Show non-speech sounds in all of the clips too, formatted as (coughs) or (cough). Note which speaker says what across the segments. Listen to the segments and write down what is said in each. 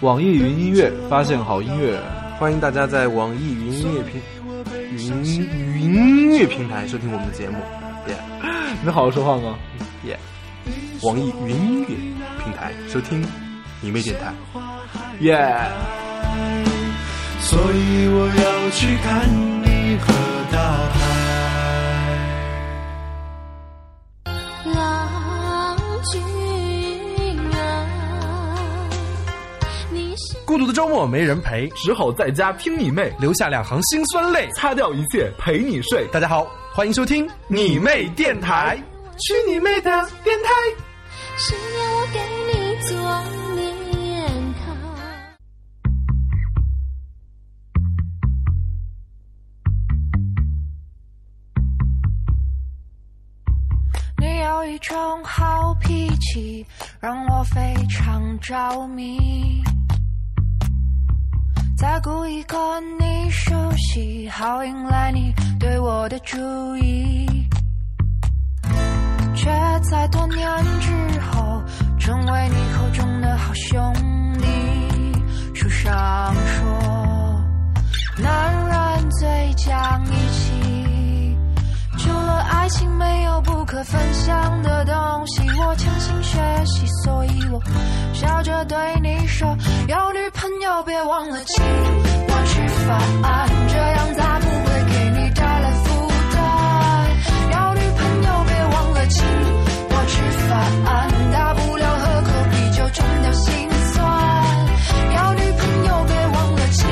Speaker 1: 网易云音乐，发现好音乐。
Speaker 2: 欢迎大家在网易云音乐平云云音乐平台收听我们的节目。Yeah
Speaker 1: 你好好说话吗？
Speaker 2: yeah，网易云音乐平台收听你妹电台。
Speaker 1: 耶、
Speaker 3: 所以我要去看你和大海。
Speaker 4: 郎君啊，你是
Speaker 5: 孤独的周末没人陪，
Speaker 1: 只好在家听你妹，
Speaker 5: 留下两行辛酸泪。
Speaker 1: 擦掉一切陪你睡。
Speaker 5: 大家好，欢迎收听你妹电台，去你妹的电台！
Speaker 4: 谁让我给你做念头？
Speaker 6: 你有一种好脾气，让我非常着迷。再故意跟你熟悉，好引来你对我的注意。却在多年之后，成为你口中的好兄弟。书上说，男人最讲义气。除了爱情，没有不可分享的东西。我强行学习，所以我笑着对你说：有女朋友别忘了请我吃饭，这样才不会给你带来负担。有女朋友别忘了请我吃饭，大不了喝口啤酒冲掉心酸。有女朋友别忘了请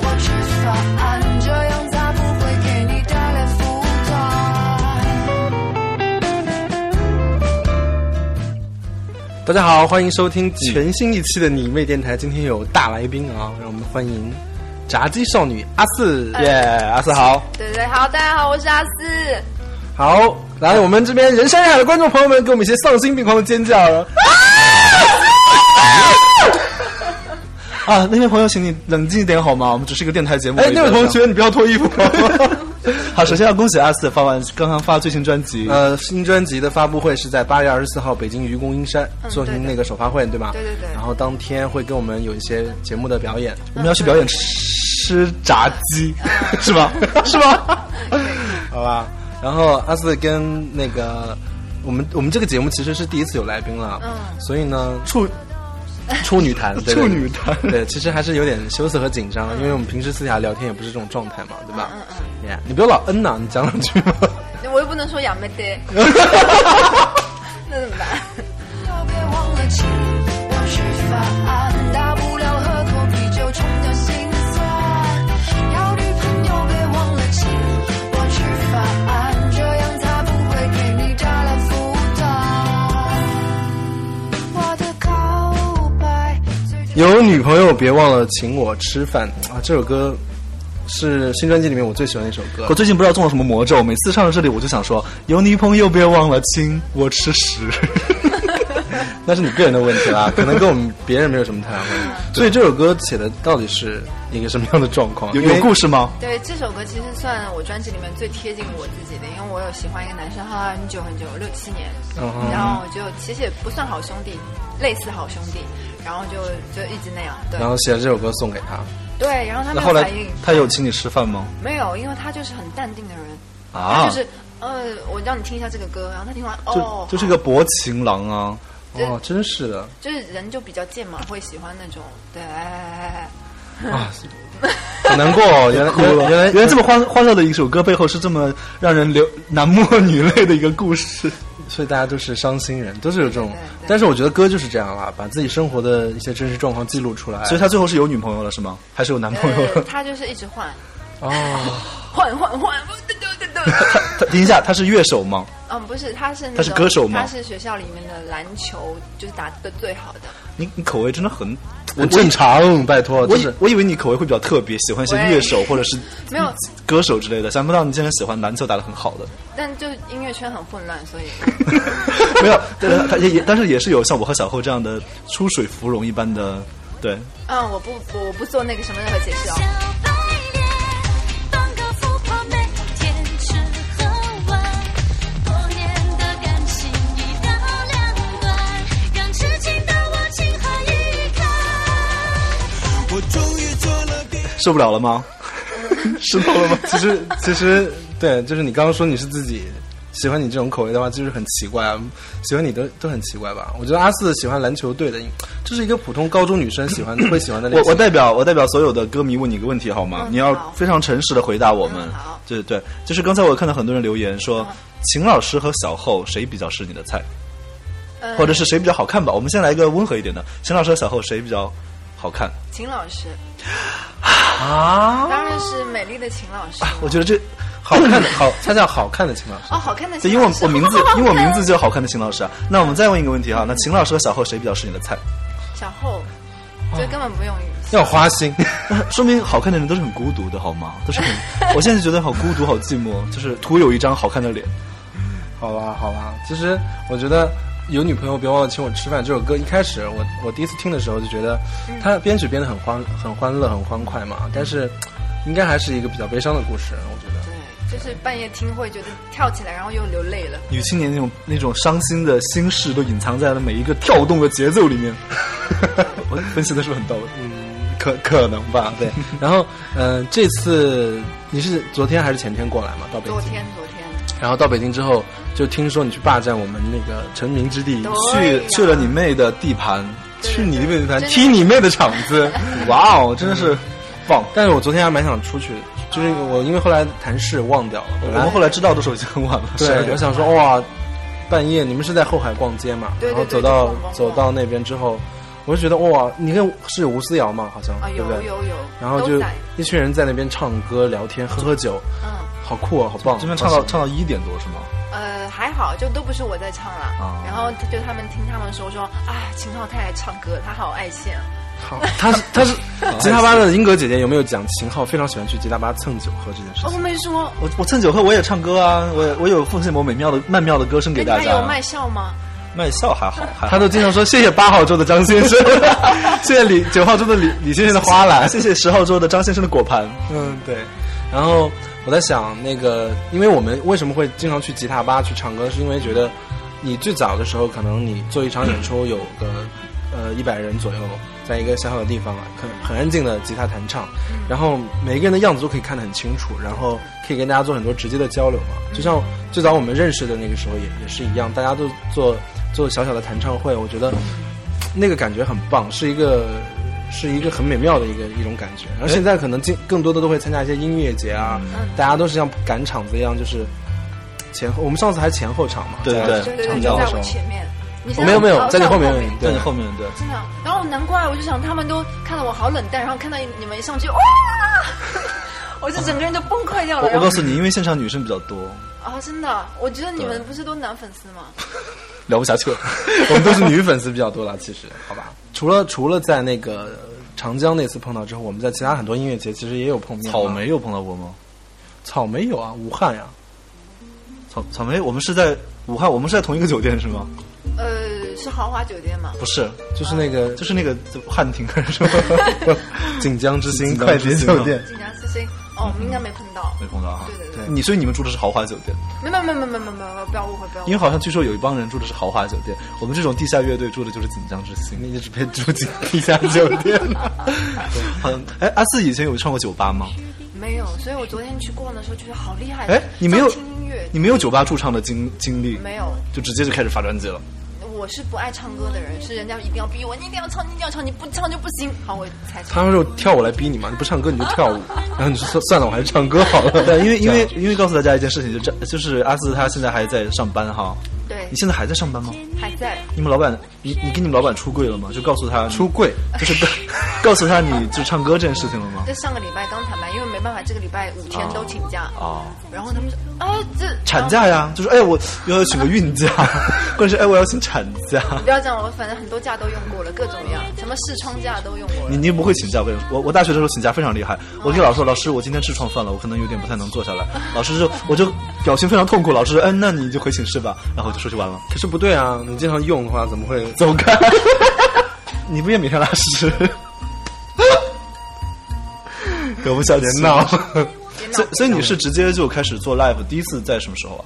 Speaker 6: 我吃饭，这样才不会给你带来负担。
Speaker 2: 大家好，欢迎收听全新一期的你妹电台。今天有大来宾啊，让我们欢迎炸鸡少女阿四。耶、阿四好。
Speaker 7: 对对，好，大家好，我是阿四。
Speaker 2: 好，来，我们这边人山人海的观众朋友们，给我们一些丧心病狂的尖叫啊！ (laughs) 啊，那位朋友，请你冷静一点好吗？我们只是一个电台节目。
Speaker 1: 哎那位同学
Speaker 2: 你不要脱衣服。 (laughs)
Speaker 1: 好，首先要恭喜阿四发完刚刚发最新专辑。
Speaker 2: 呃，新专辑的发布会是在八月二十四号北京愚公阴山做
Speaker 7: 对
Speaker 2: 成
Speaker 7: 对
Speaker 2: 那个首发会，嗯对吧？
Speaker 7: 对对嗯对
Speaker 2: 然后当天会跟我们有一些节目的表演。
Speaker 1: 我们要去表演吃炸鸡，
Speaker 7: 嗯 (laughs)
Speaker 1: 是吧？是吧？
Speaker 2: 好吧。然后阿四跟那个我们我们这个节目其实是第一次有来宾了，
Speaker 7: 嗯
Speaker 2: 所以呢，
Speaker 7: (laughs)
Speaker 2: 处处女谈，对对
Speaker 1: 处
Speaker 2: 对
Speaker 1: 女谈
Speaker 2: 对，其实还是有点羞涩和紧张，
Speaker 7: 嗯
Speaker 2: 因为我们平时私下聊天也不是这种状态嘛，对吧？嗯嗯 yeah, 你不要老嗯呐、你讲两句嘛。
Speaker 7: 我又不能说杨梅爹，那怎么办？
Speaker 6: 别忘了请我吃饭，大不了喝口啤酒冲掉心酸。要女朋友别忘了请我吃饭，这样才不会给你带来负担。我的告白随着
Speaker 2: (laughs) 有女朋友别忘了请我吃饭啊！这首歌是新专辑里面我最喜欢的一首歌
Speaker 1: 我。最近不知道中了什么魔咒，每次唱到这里我就想说，有女朋友别忘了请我吃屎。
Speaker 2: 那是你个人的问
Speaker 1: (laughs)
Speaker 2: 题啦，可能跟我们别人没有什么太大关系。所以这首歌写的到底是一个什么样的状况？
Speaker 1: 有
Speaker 2: 因为
Speaker 1: 有故事吗？
Speaker 7: 对，这首歌其实算我专辑里面最贴近我自己的，因为我有喜欢一个男生很久很久，六七年，
Speaker 2: 嗯哼
Speaker 7: 然后就其实也不算好兄弟，类似好兄弟，然后就就一直那样，对
Speaker 2: 然后写了这首歌送给他。
Speaker 7: 对，然后他没
Speaker 1: 那后
Speaker 7: 有
Speaker 1: 来
Speaker 7: 反应，
Speaker 1: 他有请你吃饭吗？
Speaker 7: 没有，因为他就是很淡定的人，
Speaker 1: 啊
Speaker 7: 他就是呃，我让你听一下这个歌，然后他听完哦
Speaker 1: 就，就是个薄情郎啊。
Speaker 7: 对
Speaker 2: 哦，真是的
Speaker 1: (laughs)
Speaker 7: 就是人就比较贱嘛，会喜欢那种对。哎哎哎哎
Speaker 2: 啊，好难过哦！原来
Speaker 1: 哭了
Speaker 2: 原来
Speaker 1: 原来这么欢欢乐的一首歌背后是这么让人流男默女泪的一个故事。
Speaker 2: 所以大家都是伤心人，都是有这种
Speaker 7: 对对。对
Speaker 2: 但是我觉得歌就是这样啦，把自己生活的一些真实状况记录出来。
Speaker 1: 所以他最后是有女朋友了是吗？还是有男朋友
Speaker 7: 呃
Speaker 1: 了？
Speaker 7: 他就是一直换，
Speaker 2: 哦，
Speaker 7: 换换换，噔噔噔
Speaker 1: 他
Speaker 7: 噔。
Speaker 1: 他停一下，他是乐手吗？
Speaker 7: 嗯，不是，他是那种
Speaker 1: 他是歌手吗
Speaker 7: 他是学校里面的篮球，就是打的最好的。
Speaker 1: 你你口味真的很，我
Speaker 2: 我正常，拜托，
Speaker 1: 我
Speaker 2: 哦就
Speaker 1: 以
Speaker 2: 是
Speaker 1: 我以为你口味会比较特别，喜欢一些乐手
Speaker 7: 喂
Speaker 1: 或者是
Speaker 7: 没有
Speaker 1: 歌手之类的，想不到你竟然喜欢篮球打得很好的。
Speaker 7: 但就音乐圈很混乱，所以
Speaker 1: 没有，对他也也但是也是有像我和小厚这样的出水芙蓉一般的，对，
Speaker 7: 嗯，我不我我不做那个什么任何解释
Speaker 4: 小
Speaker 7: 哦。
Speaker 4: 白脸，当个富婆每天吃喝玩，多年的感情一刀两断，让痴情
Speaker 1: 受不了了吗？湿透了吗？
Speaker 2: (laughs) 其实其实对，就是你刚刚说你是自己喜欢你这种口味的话，就是很奇怪，啊，喜欢你都都很奇怪吧？我觉得阿四喜欢篮球队的，这是一个普通高中女生喜欢会喜欢的类
Speaker 1: 我
Speaker 2: 型。
Speaker 1: 我代表我代表所有的歌迷问你一个问题好吗？
Speaker 6: 嗯
Speaker 1: 你要
Speaker 6: 好
Speaker 1: 非常诚实的回答我们
Speaker 6: 嗯好。
Speaker 1: 对对对，就是刚才我看到很多人留言说，秦老师和小后谁比较是你的菜，
Speaker 6: 嗯
Speaker 1: 或者是谁比较好看吧？我们先来一个温和一点的，秦老师和小后谁比较好看？
Speaker 6: 秦老师，
Speaker 2: 啊，
Speaker 6: 当然是美丽的秦老师。
Speaker 1: 我觉得这
Speaker 2: 好看的好，他叫好看的秦老师。
Speaker 6: 哦，好看的
Speaker 1: 对，
Speaker 6: 秦
Speaker 1: 因为
Speaker 6: 老
Speaker 1: (laughs) 我
Speaker 6: 师，
Speaker 1: 我名
Speaker 6: (laughs)
Speaker 1: 字，因为我名字就有好看的秦老师啊。那我们再问一个问题哈，那秦老师和小后谁比较是你的 (laughs) 菜？
Speaker 6: 小后，
Speaker 1: 哦
Speaker 6: 就根本不用语气。
Speaker 2: 要花心，
Speaker 1: 说明好看的人都是很孤独的好吗？都是 (laughs) 很，我现在觉得好孤独，好寂寞，就是徒有一张好看的脸。
Speaker 2: (laughs) 好吧，好吧。其实我觉得有女朋友别忘了请我吃饭这首歌，一开始我我第一次听的时候就觉得，它编曲编得很欢很欢乐很欢快嘛，但是应该还是一个比较悲伤的故事，我觉得。
Speaker 6: 对，就是半夜听会觉得跳起来，然后又流泪了。
Speaker 1: 女青年那种那种伤心的心事都隐藏在了每一个跳动的节奏里 (laughs) 面。我分析的是不是很到位？
Speaker 2: 可可能
Speaker 6: (laughs)
Speaker 2: 吧，对。然后，嗯、这次你是昨天还是前天过来嘛？到北
Speaker 6: 昨
Speaker 2: 京，
Speaker 6: 天，昨天，
Speaker 2: 然后到北京之后，就听说你去霸占我们那个成名之地，
Speaker 6: 对
Speaker 1: 去
Speaker 6: 呀
Speaker 1: 去了你妹的地盘，
Speaker 2: 去你妹的，
Speaker 6: 真的
Speaker 2: 踢你妹的场子，
Speaker 1: 哇哦，真的是棒！
Speaker 2: 但是我昨天还蛮想出去的，就是
Speaker 6: 哦
Speaker 2: 我因为后来谈事忘掉了，
Speaker 1: 我
Speaker 2: 本来
Speaker 1: 们后来知道的时候已经很晚了，12
Speaker 2: 对，
Speaker 1: 点
Speaker 2: 我想说哇，半夜你们是在后海逛街嘛？
Speaker 6: 对对
Speaker 2: 然后走
Speaker 6: 对
Speaker 2: 到
Speaker 6: 就逛逛
Speaker 2: 走到那边之后，我就觉得哇，你看是吴思瑶嘛，好像、
Speaker 6: 啊，
Speaker 2: 对
Speaker 6: 有
Speaker 2: 不对？
Speaker 6: 有有，
Speaker 2: 然后
Speaker 6: 都
Speaker 2: 就
Speaker 6: 在，
Speaker 2: 一群人在那边唱歌、聊天、喝喝酒，
Speaker 6: 嗯，
Speaker 2: 好酷啊，好棒！
Speaker 1: 这边唱到唱到一点多是吗？
Speaker 6: 呃，还好，就都不是我在唱啦。
Speaker 1: 啊
Speaker 6: 然后就他们听他们说说，啊，秦昊太爱唱歌，他好爱现。
Speaker 2: 好， (laughs) 他是他是吉他吧的英格姐姐有没有讲秦昊非常喜欢去吉他吧蹭酒喝这件事
Speaker 6: 哦，
Speaker 2: 情？
Speaker 6: 我没说，
Speaker 1: 我我趁酒喝，我也唱歌啊，我也我有奉献我美妙的曼妙的歌声给
Speaker 6: 那哎你
Speaker 1: 大
Speaker 6: 还
Speaker 1: 家
Speaker 6: 有
Speaker 1: 啊。
Speaker 6: 卖笑吗？
Speaker 1: 卖笑还好，还
Speaker 2: 他
Speaker 1: 好。
Speaker 2: 都经常说谢谢八号桌的张先
Speaker 1: (laughs)
Speaker 2: 生，谢谢李九号桌的李李先生的花篮。
Speaker 1: 谢谢十号桌的张先生的果盘。
Speaker 2: 嗯，对。然后我在想，那个，因为我们为什么会经常去吉他吧去唱歌，是因为觉得你最早的时候，可能你做一场演出有个呃一百人左右，在一个小小的地方啊，很很安静的吉他弹唱，然后每一个人的样子都可以看得很清楚，然后可以跟大家做很多直接的交流嘛。就像最早我们认识的那个时候也也是一样，大家都做做小小的弹唱会，我觉得那个感觉很棒，是一个是一个很美妙的一个一种感觉。然后现在可能进更多的都会参加一些音乐节啊，大家都是像赶场子一样，就是前后。我们上次还前后场嘛，
Speaker 1: 对
Speaker 2: 在
Speaker 1: 对
Speaker 6: 对对
Speaker 2: 唱
Speaker 6: 对，
Speaker 2: 交
Speaker 6: 就
Speaker 2: 的
Speaker 6: 在
Speaker 2: 时
Speaker 6: 我
Speaker 2: 候，
Speaker 6: 前面。你
Speaker 2: 我
Speaker 6: 现在
Speaker 2: 没有没有，
Speaker 6: 哦
Speaker 2: 在你
Speaker 6: 我
Speaker 2: 面
Speaker 6: 面。，
Speaker 1: 在
Speaker 2: 对
Speaker 6: (laughs)
Speaker 1: 你后面对。
Speaker 6: 真的，然后难怪我就想他们都看到我好冷淡，然后看到你们一上去，哇， (laughs) 我就整个人就崩溃掉了。
Speaker 1: 我我
Speaker 6: 然后
Speaker 1: 告诉你，因为现场女生比较多，
Speaker 6: 啊，真的，我觉得你们不是都男粉丝吗？
Speaker 1: 聊不下去了。
Speaker 2: 我们都是女粉丝比较多啦，其 (laughs) 实好吧。除了除了在那个长江那次碰到之后，我们在其他很多音乐节其实也有碰面嘛。
Speaker 1: 草莓有碰到过吗？
Speaker 2: 草莓有啊，武汉呀、
Speaker 1: 草草莓，我们是在武汉，我们是在同一个酒店是吗？
Speaker 6: 呃，是豪华酒店吗？
Speaker 1: 不是，
Speaker 2: 就是那个
Speaker 1: 就是那个汉庭还是
Speaker 2: (laughs)
Speaker 1: 什么？
Speaker 2: 锦啊江之 (laughs) 星
Speaker 1: 锦江
Speaker 2: 快
Speaker 1: 之
Speaker 2: 捷
Speaker 1: 星
Speaker 2: 酒
Speaker 1: 啊
Speaker 2: 店。
Speaker 6: 锦江之星，哦，我们应该没碰到。
Speaker 1: 没碰到啊。
Speaker 6: 对对对，
Speaker 1: 你所以你们住的是豪华酒店，
Speaker 6: 没没没没没没没没，不要误会，不要误
Speaker 1: 因为
Speaker 6: 会。
Speaker 1: 好像据说有一帮人住的是豪华酒店，我们这种地下乐队住的就是锦江之星。
Speaker 2: 你一直被住进地下酒店了。
Speaker 1: 好像，哎，阿四以前有唱过酒吧吗？
Speaker 6: 没有，所以我昨天去逛的时候觉得好厉害。
Speaker 1: 哎，你没有
Speaker 6: 像听音乐，
Speaker 1: 你没有酒吧驻唱的经经历，
Speaker 6: 没有。
Speaker 1: 就直接就开始发专辑了。
Speaker 6: 我是不爱唱歌的人，是人家一定要逼我，你一定要唱，你一定要唱，你不唱就不行。好，我才唱。
Speaker 2: 他们说跳舞来逼你嘛，你不唱歌你就跳舞， (laughs) 然后你就说算了，我还是唱歌 (laughs) 好了。
Speaker 1: 对，因为因为因为告诉大家一件事情，就这就是阿四他现在还在上班哈。
Speaker 6: 对
Speaker 1: 你，现在还在上班吗？
Speaker 6: 还在。
Speaker 1: 你们老板，你你跟你们老板出柜了吗？就告诉他
Speaker 2: 出，柜，
Speaker 1: 就是告 (laughs) 告诉他你就唱歌这件事情了吗？
Speaker 6: 这上个礼拜刚谈完，因为没办法，这个礼拜五天都请假。
Speaker 1: 哦。
Speaker 6: 然后他们说啊，这
Speaker 1: 产假呀，就是哎，我要请个孕假， (laughs) 或者是哎，我要请产假。
Speaker 6: 不要这样，我反正很多假都用过了，各种样，什么视窗假都用过
Speaker 1: 你
Speaker 6: 了。
Speaker 1: 你不会请假，为什么？我我大学的时候请假非常厉害，我跟老师说，老师我今天痔疮犯了，我可能有点不太能坐下来。老师就我就表情非常痛苦，老师说，嗯，那你就回寝室吧，然后我就出去玩了，
Speaker 2: 可是不对啊，你经常用的话怎么会？
Speaker 1: 走开。你不也每天拉屎？可不笑别
Speaker 2: 闹。 (laughs)
Speaker 6: 别闹
Speaker 1: 所以所以你是直接就开始做 live，第一次在什么时候啊？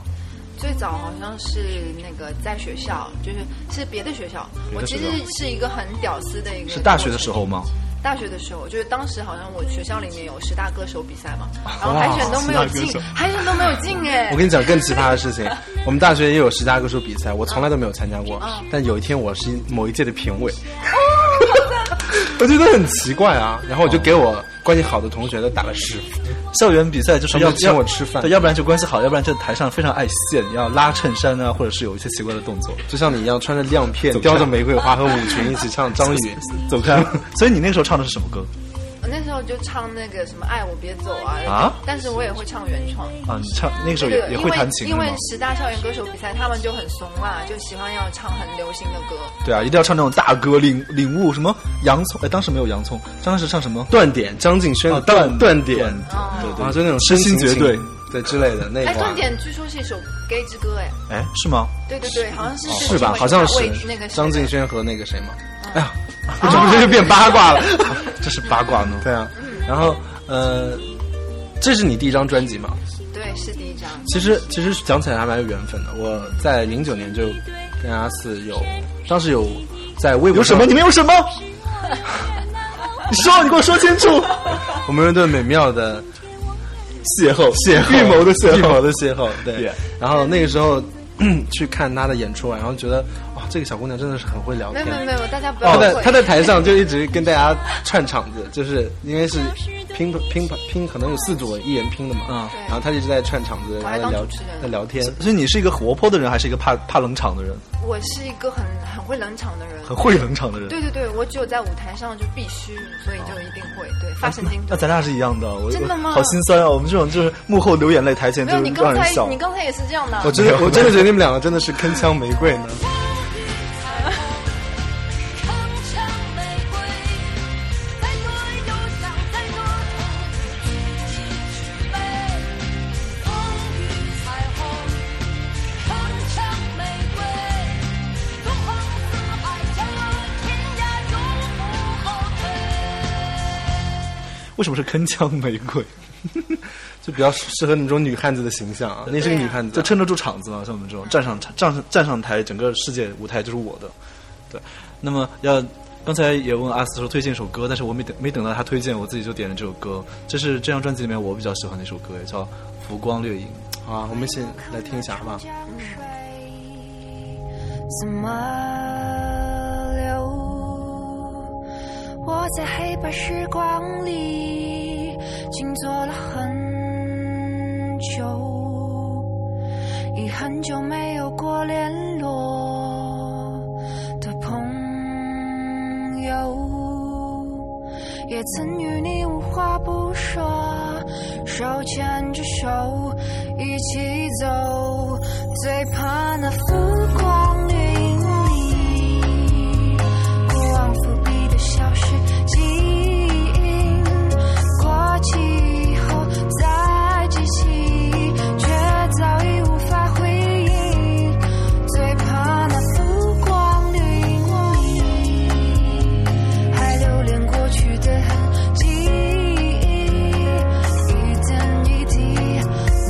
Speaker 6: 最早好像是那个在学校，就是是别的学校。
Speaker 1: 别
Speaker 6: 我
Speaker 1: 的学
Speaker 6: 其
Speaker 1: 校
Speaker 6: 实是一个很屌丝的一个。
Speaker 1: 是大学的时候吗？
Speaker 8: 大学的时候，就是当时好像我学校里面有十大歌手比赛嘛，然后海选都没有进
Speaker 1: 十大歌手，
Speaker 8: 海选都没有进哎、
Speaker 2: 我跟你讲更奇葩的 (laughs) 事情，我们大学也有十大歌手比赛，我从来都没有参加过
Speaker 8: 嗯。
Speaker 2: 但有一天我是某一届的评委，哦 (laughs) 我觉得很奇怪啊。然后我就给我关系好的同学都打了十分，
Speaker 1: 校园比赛就是要
Speaker 2: 他们请
Speaker 1: 要
Speaker 2: 我吃饭
Speaker 1: 对，要不然就关系好，要不然就台上非常爱现，要拉衬衫啊，或者是有一些奇怪的动作。
Speaker 2: 就像你一样穿着亮片
Speaker 1: 走，开
Speaker 2: 叼着玫瑰花和舞裙一起唱 (laughs) 张宇。
Speaker 1: 走开！ (laughs) 所以你那个时候唱的是什么歌
Speaker 8: 我那时候就唱那个什么“爱我别走啊”
Speaker 1: 啊
Speaker 8: 但是我也会唱原创。
Speaker 1: 啊？你唱 (laughs) 那个
Speaker 8: 这
Speaker 1: 时候也
Speaker 8: 个
Speaker 1: 也
Speaker 8: 因
Speaker 1: 会
Speaker 8: 为
Speaker 1: 弹琴是
Speaker 8: 因
Speaker 1: 吗
Speaker 8: 为？十大校园歌手比赛，他们就很怂啦，就喜欢要唱很流行的歌。
Speaker 1: 对啊，一定要唱那种大歌，领领悟什么洋葱？哎，当时没有洋葱，当时唱什么？
Speaker 2: 断点，张敬轩的
Speaker 1: 啊
Speaker 2: 断断点，
Speaker 8: 哦
Speaker 1: 对对，
Speaker 2: 啊，就那种
Speaker 1: 痴心
Speaker 2: 深
Speaker 1: 绝
Speaker 2: 情
Speaker 1: 对。
Speaker 2: 对之类的那
Speaker 8: 哎，
Speaker 2: 挂
Speaker 8: 重点据说是一首 gay 之歌，哎，
Speaker 1: 哎，是 (laughs) 吗？
Speaker 8: 对对对，好像是
Speaker 2: 是吧？好像是
Speaker 8: 那个谁
Speaker 2: 张敬轩和那个谁嘛。哎呀，这不是就变八卦了？
Speaker 1: (laughs) 这是八卦呢。
Speaker 2: 对啊，然后呃，这是你第一张专辑嘛？
Speaker 8: 对，是第一张。
Speaker 2: 其实其实讲起来还蛮有缘分的。我在零九年就跟阿四有，当时有在微博
Speaker 1: 有什么？
Speaker 2: 上
Speaker 1: 你们有什么？ (laughs) 你说，你给我说清楚。
Speaker 2: 我们有一段美妙的
Speaker 1: (laughs) 邂逅，邂逅，预谋的邂逅，
Speaker 2: 预谋的邂逅，对
Speaker 1: Yeah。
Speaker 2: 然后那个时候 (clears throat) 去看她的演出啊，然后觉得哇，这个小姑娘真的是很会聊
Speaker 8: 没
Speaker 2: 天
Speaker 8: 有。没有哦没有，大家不要
Speaker 2: 他在
Speaker 8: 误会
Speaker 2: 他在台上就一直跟大家串场子，就是因为是拼拼拼，可能有四组一人拼的嘛，
Speaker 1: 嗯
Speaker 8: 对
Speaker 2: 然后他就一直在串场子，
Speaker 8: 我
Speaker 2: 然
Speaker 8: 还
Speaker 2: 后在
Speaker 8: 当
Speaker 2: 聊
Speaker 8: 主持人
Speaker 2: 在聊天，
Speaker 1: (laughs) 所以你是一个活泼的人，还是一个怕怕冷场的人？
Speaker 8: 我是一个很很会冷场的人。
Speaker 1: 很会冷场的人。
Speaker 8: 对对对，我只有在舞台上就必须，所以就一定会对发神经
Speaker 1: 那
Speaker 8: 对。
Speaker 1: 咱俩是一样的，我
Speaker 8: 真的吗
Speaker 1: 我好心酸啊！我们这种就是幕后流眼泪，台前
Speaker 8: 没
Speaker 1: 就
Speaker 8: 有，
Speaker 1: 是
Speaker 8: 你
Speaker 1: 让
Speaker 8: 刚
Speaker 1: 人
Speaker 8: 才
Speaker 1: 笑
Speaker 8: 你。刚才也是这样的啊。
Speaker 2: 我真的我真的觉得你们两个真的是铿锵玫瑰呢。
Speaker 4: 铿锵玫瑰，再多忧伤，再多痛，自己去背。风雨彩虹，铿锵玫瑰，纵横四海，眺望天涯，永不后退。
Speaker 1: 为什么是铿锵玫瑰？
Speaker 2: 就比较适合你这种女汉子的形象啊，你是个女汉子
Speaker 1: 就
Speaker 2: 啊，
Speaker 1: 撑得住场子嘛，像我们这种站上站上站上台，整个世界舞台就是我的。对，那么要刚才也问阿斯说推荐一首歌，但是我没等没等到他推荐，我自己就点了这首歌。这是这张专辑里面我比较喜欢的一首歌，也叫《浮光掠影》。
Speaker 2: 好啊，我们一起来听一下好不好？
Speaker 6: 怎么流？我在黑白时光里静坐了很久，已很久没有过联络的朋友。也曾与你无话不说，手牵着手一起走，最怕那浮光掠影里，过往伏笔的消失记忆，过期后再记起，却早已无法回应，最怕那浮光掠影里。还留恋过去的痕迹，一点一滴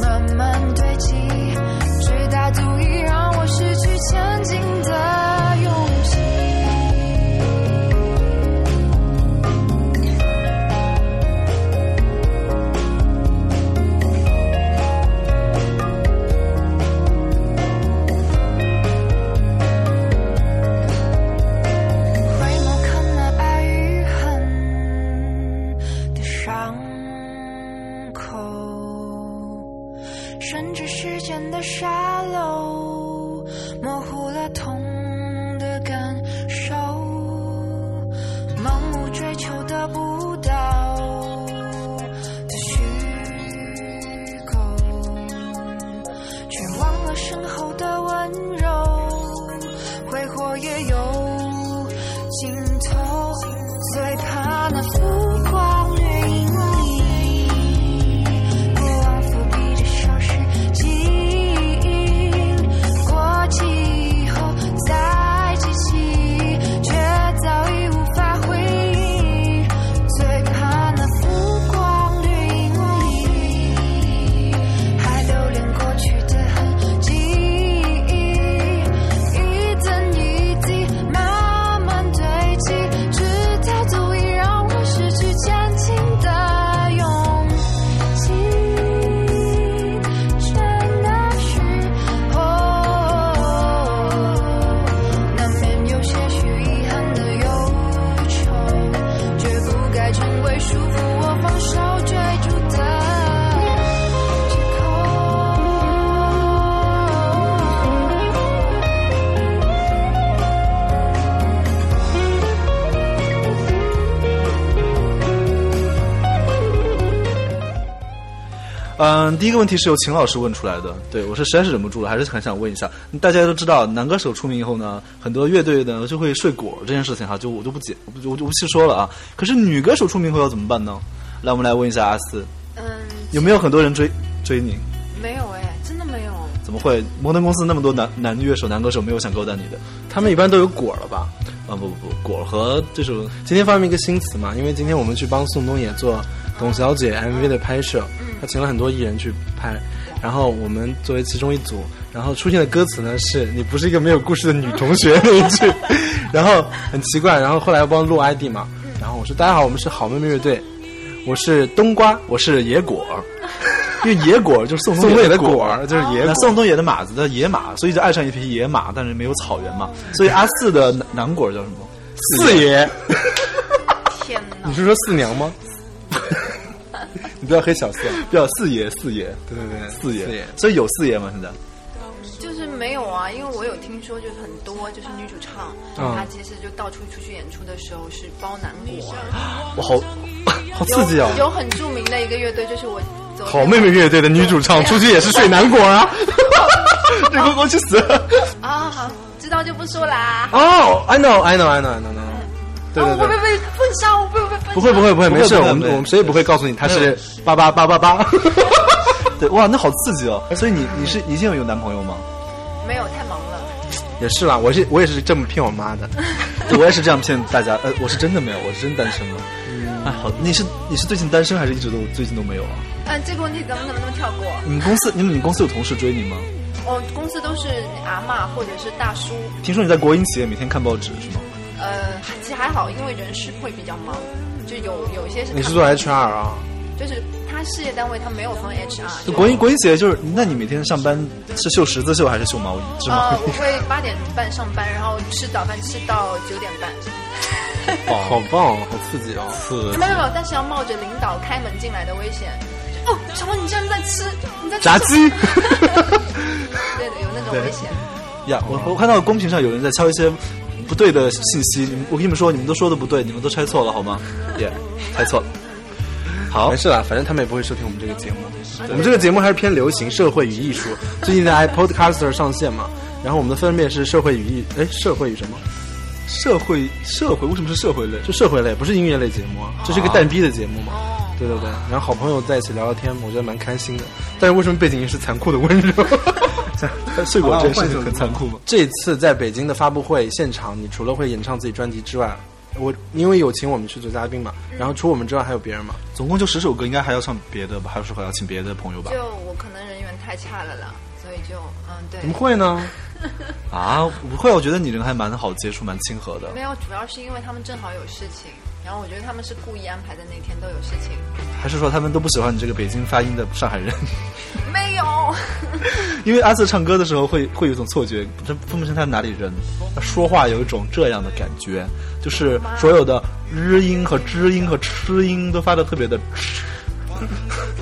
Speaker 6: 慢慢堆积，直到足以让我失去前进的勇气。回眸看那爱与恨的伤口，甚至时间的沙漏，模糊了痛的感受，盲目追求得不到的虚构，却忘了身后的温柔。挥霍也有尽头，最怕那浮光掠影里，过往伏笔的消失记忆。
Speaker 1: 嗯，第一个问题是由秦老师问出来的，对我是实在是忍不住了，还是很想问一下。大家都知道，男歌手出名以后呢，很多乐队呢就会睡果这件事情哈，就我就不解，我就我就不细说了啊。可是女歌手出名后要怎么办呢？来，我们来问一下阿四，
Speaker 6: 嗯，
Speaker 1: 有没有很多人追追你？
Speaker 6: 没有哎，真的没有。
Speaker 1: 怎么会？摩登公司那么多男男乐手、男歌手，没有想勾搭你的？
Speaker 2: 他们一般都有果了吧？
Speaker 1: 啊，不不不，果和这首
Speaker 2: 今天发明一个新词嘛，因为今天我们去帮宋冬野做董小姐
Speaker 1: 嗯
Speaker 2: MV 的拍摄，他请了很多艺人去拍，然后我们作为其中一组，然后出现的歌词呢是“你不是一个没有故事的女同学”那一
Speaker 1: (laughs)
Speaker 2: 句，然后很奇怪，然后后来帮录 ID 嘛，
Speaker 1: 嗯
Speaker 2: 然后我说大家好，我们是好妹妹乐队，我是冬瓜，
Speaker 1: 我是野果，因为野果就是宋
Speaker 2: 宋冬
Speaker 1: 冬
Speaker 2: 野
Speaker 1: 野
Speaker 2: 的
Speaker 1: 果
Speaker 2: 果儿就是野
Speaker 1: 那
Speaker 2: 果，
Speaker 1: 宋冬野的马子的野马，所以就爱上一匹野马，但是没有草原嘛。所以阿四的南南果叫什么？
Speaker 2: 四爷，
Speaker 6: 天哪
Speaker 2: 你！是说四娘 (laughs) 吗？你不要黑小四啊，
Speaker 1: 叫四爷，四爷，
Speaker 2: 对对对，
Speaker 1: 四爷。
Speaker 2: 四爷。
Speaker 1: 所以有四爷吗？现在？
Speaker 6: 就是没有啊，因为我有听说，就是很多就是女主唱，
Speaker 2: 嗯
Speaker 6: 她其实就到处出去演出的时候是包男果，
Speaker 1: 我好
Speaker 2: (laughs)
Speaker 1: 好刺激啊！
Speaker 6: 有很著名的一个乐队，就是我昨天
Speaker 2: 好妹妹乐队的女主 (laughs) 唱出去也是睡南果啊，这给我去死！
Speaker 6: 啊，好，知道就不说啦。
Speaker 2: (laughs) 哦、i know I know I know I know I know，对
Speaker 6: 啊
Speaker 2: 对
Speaker 6: 我会
Speaker 2: 对
Speaker 6: 被封杀，我会被封杀。
Speaker 2: 不哦会不会不会，
Speaker 1: 不会
Speaker 2: 没事，
Speaker 1: 不会
Speaker 2: 我
Speaker 1: 不
Speaker 2: 们
Speaker 1: 会
Speaker 2: 我们谁也不会告诉你他是八八八八八。
Speaker 1: 对，哇，那好刺激哦！所以你你是你现在有男朋友吗？
Speaker 6: 没有，太忙了。
Speaker 2: (laughs) 也是啦，我是我也是这么骗我妈的，
Speaker 1: 对我也是这样骗大家，呃，我是真的没有，我是真单身了。
Speaker 2: 嗯
Speaker 1: 哎，好，你是你是最近单身还是一直都最近都没有啊？
Speaker 6: 嗯，这个问题咱们能不能跳过？
Speaker 1: 你们公司你们你公司有同事追你吗？
Speaker 6: 我公司都是阿嬷或者是大叔，
Speaker 1: 听说你在国营企业每天看报纸是吗？
Speaker 6: 呃，还其实还好，因为人事会比较忙，就有有一些是
Speaker 2: 你是
Speaker 6: 看
Speaker 2: 做 HR 啊？
Speaker 6: 就是他事业单位他没有分 HR，
Speaker 2: 哦
Speaker 1: 就国营国营企业就是，那你每天上班是绣十字绣还是绣毛衣？织毛
Speaker 6: 呃，
Speaker 1: 衣
Speaker 6: 我会八点半上班，然后吃早饭吃到九点
Speaker 2: (laughs)
Speaker 6: 半。
Speaker 2: 好棒，好刺激哦！刺
Speaker 6: 没有没有，但是要冒着领导开门进来的危险。就哦，小王，你居然在吃，你在吃
Speaker 2: 炸鸡
Speaker 6: 什
Speaker 2: (laughs)
Speaker 6: 么对的，有那种危险。
Speaker 1: 呀！我我看到公屏上有人在敲一些不对的信息，你们我跟你们说，你们都说的不对，你们都猜错了好吗？也、猜错了。好
Speaker 2: 没，事啦，反正他们也不会收听我们这个节目。我们这个节目还是偏流行、社会与艺术。最近在 Podcaster 上线嘛，然后我们的分类是社会与艺，哎，社会与什么？
Speaker 1: 社会社会为什么是社会类？
Speaker 2: 就社会类，不是音乐类节目，啊，这是一个蛋逼的节目嘛。对对对，然后好朋友在一起聊聊天，我觉得蛮开心的。但是为什么背景音是残酷的温柔？
Speaker 1: 睡果这件事情很残酷吗？
Speaker 2: 这一次在北京的发布会现场，你除了会演唱自己专辑之外，我因为有请我们去做嘉宾嘛，然后除我们之外还有别人嘛。
Speaker 1: 总共就十首歌，应该还要唱别的吧？还有是还要请别的朋友吧？
Speaker 6: 就我可能人缘太差了啦，所以就嗯对
Speaker 2: 怎。么会呢？
Speaker 1: 啊，不会，我觉得你人还蛮好接触，蛮亲和的。
Speaker 6: 没有，主要是因为他们正好有事情，然后我觉得他们是故意安排的，那天都有事情。
Speaker 1: 还是说他们都不喜欢你这个北京发音的上海人？
Speaker 6: 没有，
Speaker 1: 因为阿瑟唱歌的时候会会有一种错觉，真分不清他哪里人，说话有一种这样的感觉，就是所有的日音和知音和吃音都发的特别的 (laughs) 吃，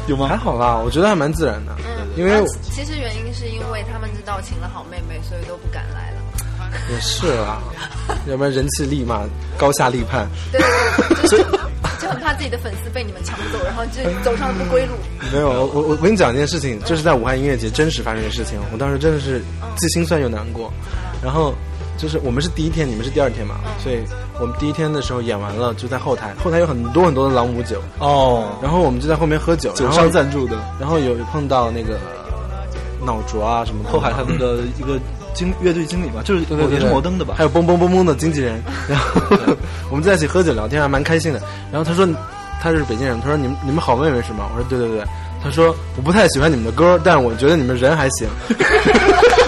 Speaker 1: 有
Speaker 2: 还
Speaker 1: 吗？
Speaker 2: 好啦，我觉得还蛮自然的，
Speaker 6: 嗯
Speaker 2: 因
Speaker 6: (laughs)
Speaker 2: 为
Speaker 6: 其实原因是因为他们知道请了好妹妹，所以都不敢来了。
Speaker 2: 也是啦， (laughs) 要不然人气力嘛，高下立判。
Speaker 6: 对对对，就是就很怕自己的粉丝被你们抢走，然后就走上了不归路。
Speaker 2: 没有，我我我跟你讲一件事情，这是在武汉音乐节真实发生的事情，我当时真的是既心酸又难过。然后就是我们是第一天，你们是第二天嘛，所以我们第一天的时候演完了，就在后台，后台有很多很多的朗姆酒，
Speaker 1: 哦，
Speaker 2: 然后我们就在后面喝酒，
Speaker 1: 酒
Speaker 2: 然后
Speaker 1: 商赞助的，
Speaker 2: 然后有碰到那个脑浊啊什么的，
Speaker 1: 后海他们的一个经乐队经理吧，就是
Speaker 2: 对对对
Speaker 1: 也是摩登的吧 (laughs)
Speaker 2: 还？有蹦蹦蹦蹦的经纪人，然后 (laughs) 我们在一起喝酒聊天，还蛮开心的。然后他说他是北京人，他说你们你们好妹妹是吗？我说对对对。他说我不太喜欢你们的歌，但我觉得你们人还
Speaker 1: (laughs)
Speaker 2: 行。哎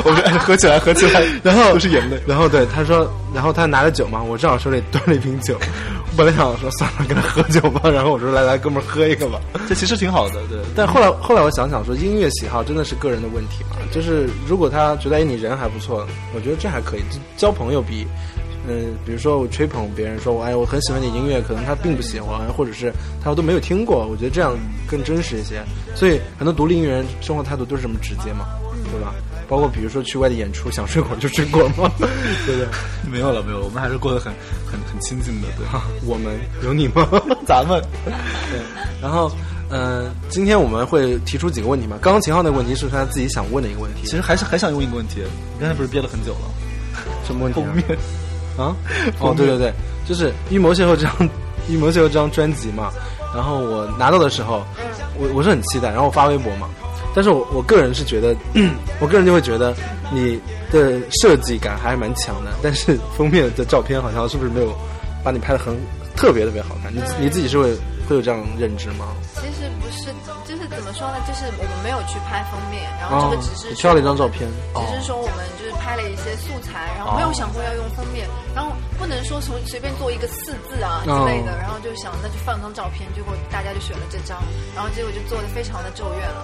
Speaker 1: 我们合 (laughs) 起来，合起来，
Speaker 2: 然后
Speaker 1: 都是眼泪。
Speaker 2: 然后对他说，然后他拿着酒嘛，我正好手里端了一瓶酒，我本来想说算了，跟他喝酒吧。然后我说来来，哥们儿喝一个吧。
Speaker 1: 这其实挺好的，对。
Speaker 2: 但后来后来我想想说，音乐喜好真的是个人的问题嘛。啊就是如果他觉得哎你人还不错，我觉得这还可以。就交朋友比，嗯、比如说我吹捧别人说我哎我很喜欢你音乐，可能他并不喜欢，或者是他都没有听过，我觉得这样更真实一些。所以很多独立音乐人生活态度都是这么直接嘛，对吧？包括比如说去外地演出，想睡果就睡果嘛， (laughs) 对不对？
Speaker 1: 没有了，没有了，我们还是过得很
Speaker 2: 啊
Speaker 1: 很很亲近的，对。
Speaker 2: 我们有你吗？
Speaker 1: (laughs) 咱们
Speaker 2: 然后，嗯、嗯、今天我们会提出几个问题嘛？刚刚秦昊那个问题是他自己想问的一个问题，
Speaker 1: 其实还是还想问一个问题，你刚才不是憋了很久了？
Speaker 2: 什么问题、
Speaker 1: 后
Speaker 2: 啊？
Speaker 1: 面
Speaker 2: (laughs) 啊？哦，对对对，就是《预谋邂逅》这张《预谋邂逅》这张专辑嘛。然后我拿到的时候，我我是很期待，然后我发微博嘛。但是我我个人是觉得， (clears throat) 我个人就会觉得你的设计感还是蛮强的，但是封面的照片好像是不是没有把你拍的很特别特别好看？你你自己是会会有这样的认知吗？
Speaker 6: 其实不是，就是怎么说呢？就是我们没有去拍封面，然
Speaker 2: 啊
Speaker 6: 后这个只，是
Speaker 2: 你挑了一张照片，
Speaker 6: 只是说我们就是拍了一些素材，然后
Speaker 2: 哦
Speaker 6: 没有想过要用封面，然后不能说从随便做一个四字啊之
Speaker 2: 哦
Speaker 6: 类的，然后就想那就放张照片，结果大家就选了这张，然后结果就做的非常的咒怨了。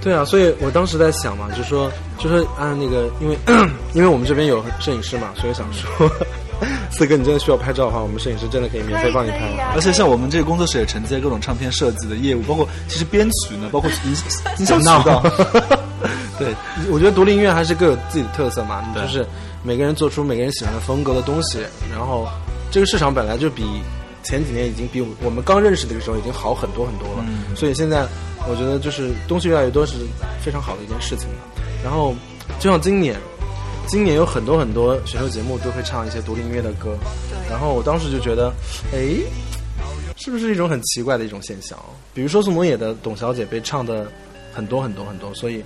Speaker 2: 对啊，所以我当时在想嘛，就说就说按、那个，因为 (coughs) 因为我们这边有摄影师嘛，所以想说， (laughs) 四哥你真的需要拍照的话，我们摄影师真的可以免费帮你
Speaker 6: 可以可以
Speaker 2: 拍。
Speaker 6: 啊
Speaker 1: (laughs) 而且像我们这个工作室也承接各种唱片设计的业务，包括其实编曲呢，包括音 (laughs) 音响渠道。对，
Speaker 2: 我觉得独立音乐还是各有自己的特色嘛，你
Speaker 1: 对
Speaker 2: 就是每个人做出每个人喜欢的风格的东西，然后这个市场本来就比前几年已经比我我们刚认识的时候已经好很多很多了，
Speaker 1: 嗯
Speaker 2: 所以现在我觉得就是东西越来越多是非常好的一件事情了。然后就像今年，今年有很多很多选秀节目都会唱一些独立音乐的歌，
Speaker 6: 对
Speaker 2: 然后我当时就觉得，哎，是不是一种很奇怪的一种现象？比如说宋冬野的《董小姐》被唱的很多很多很多，所以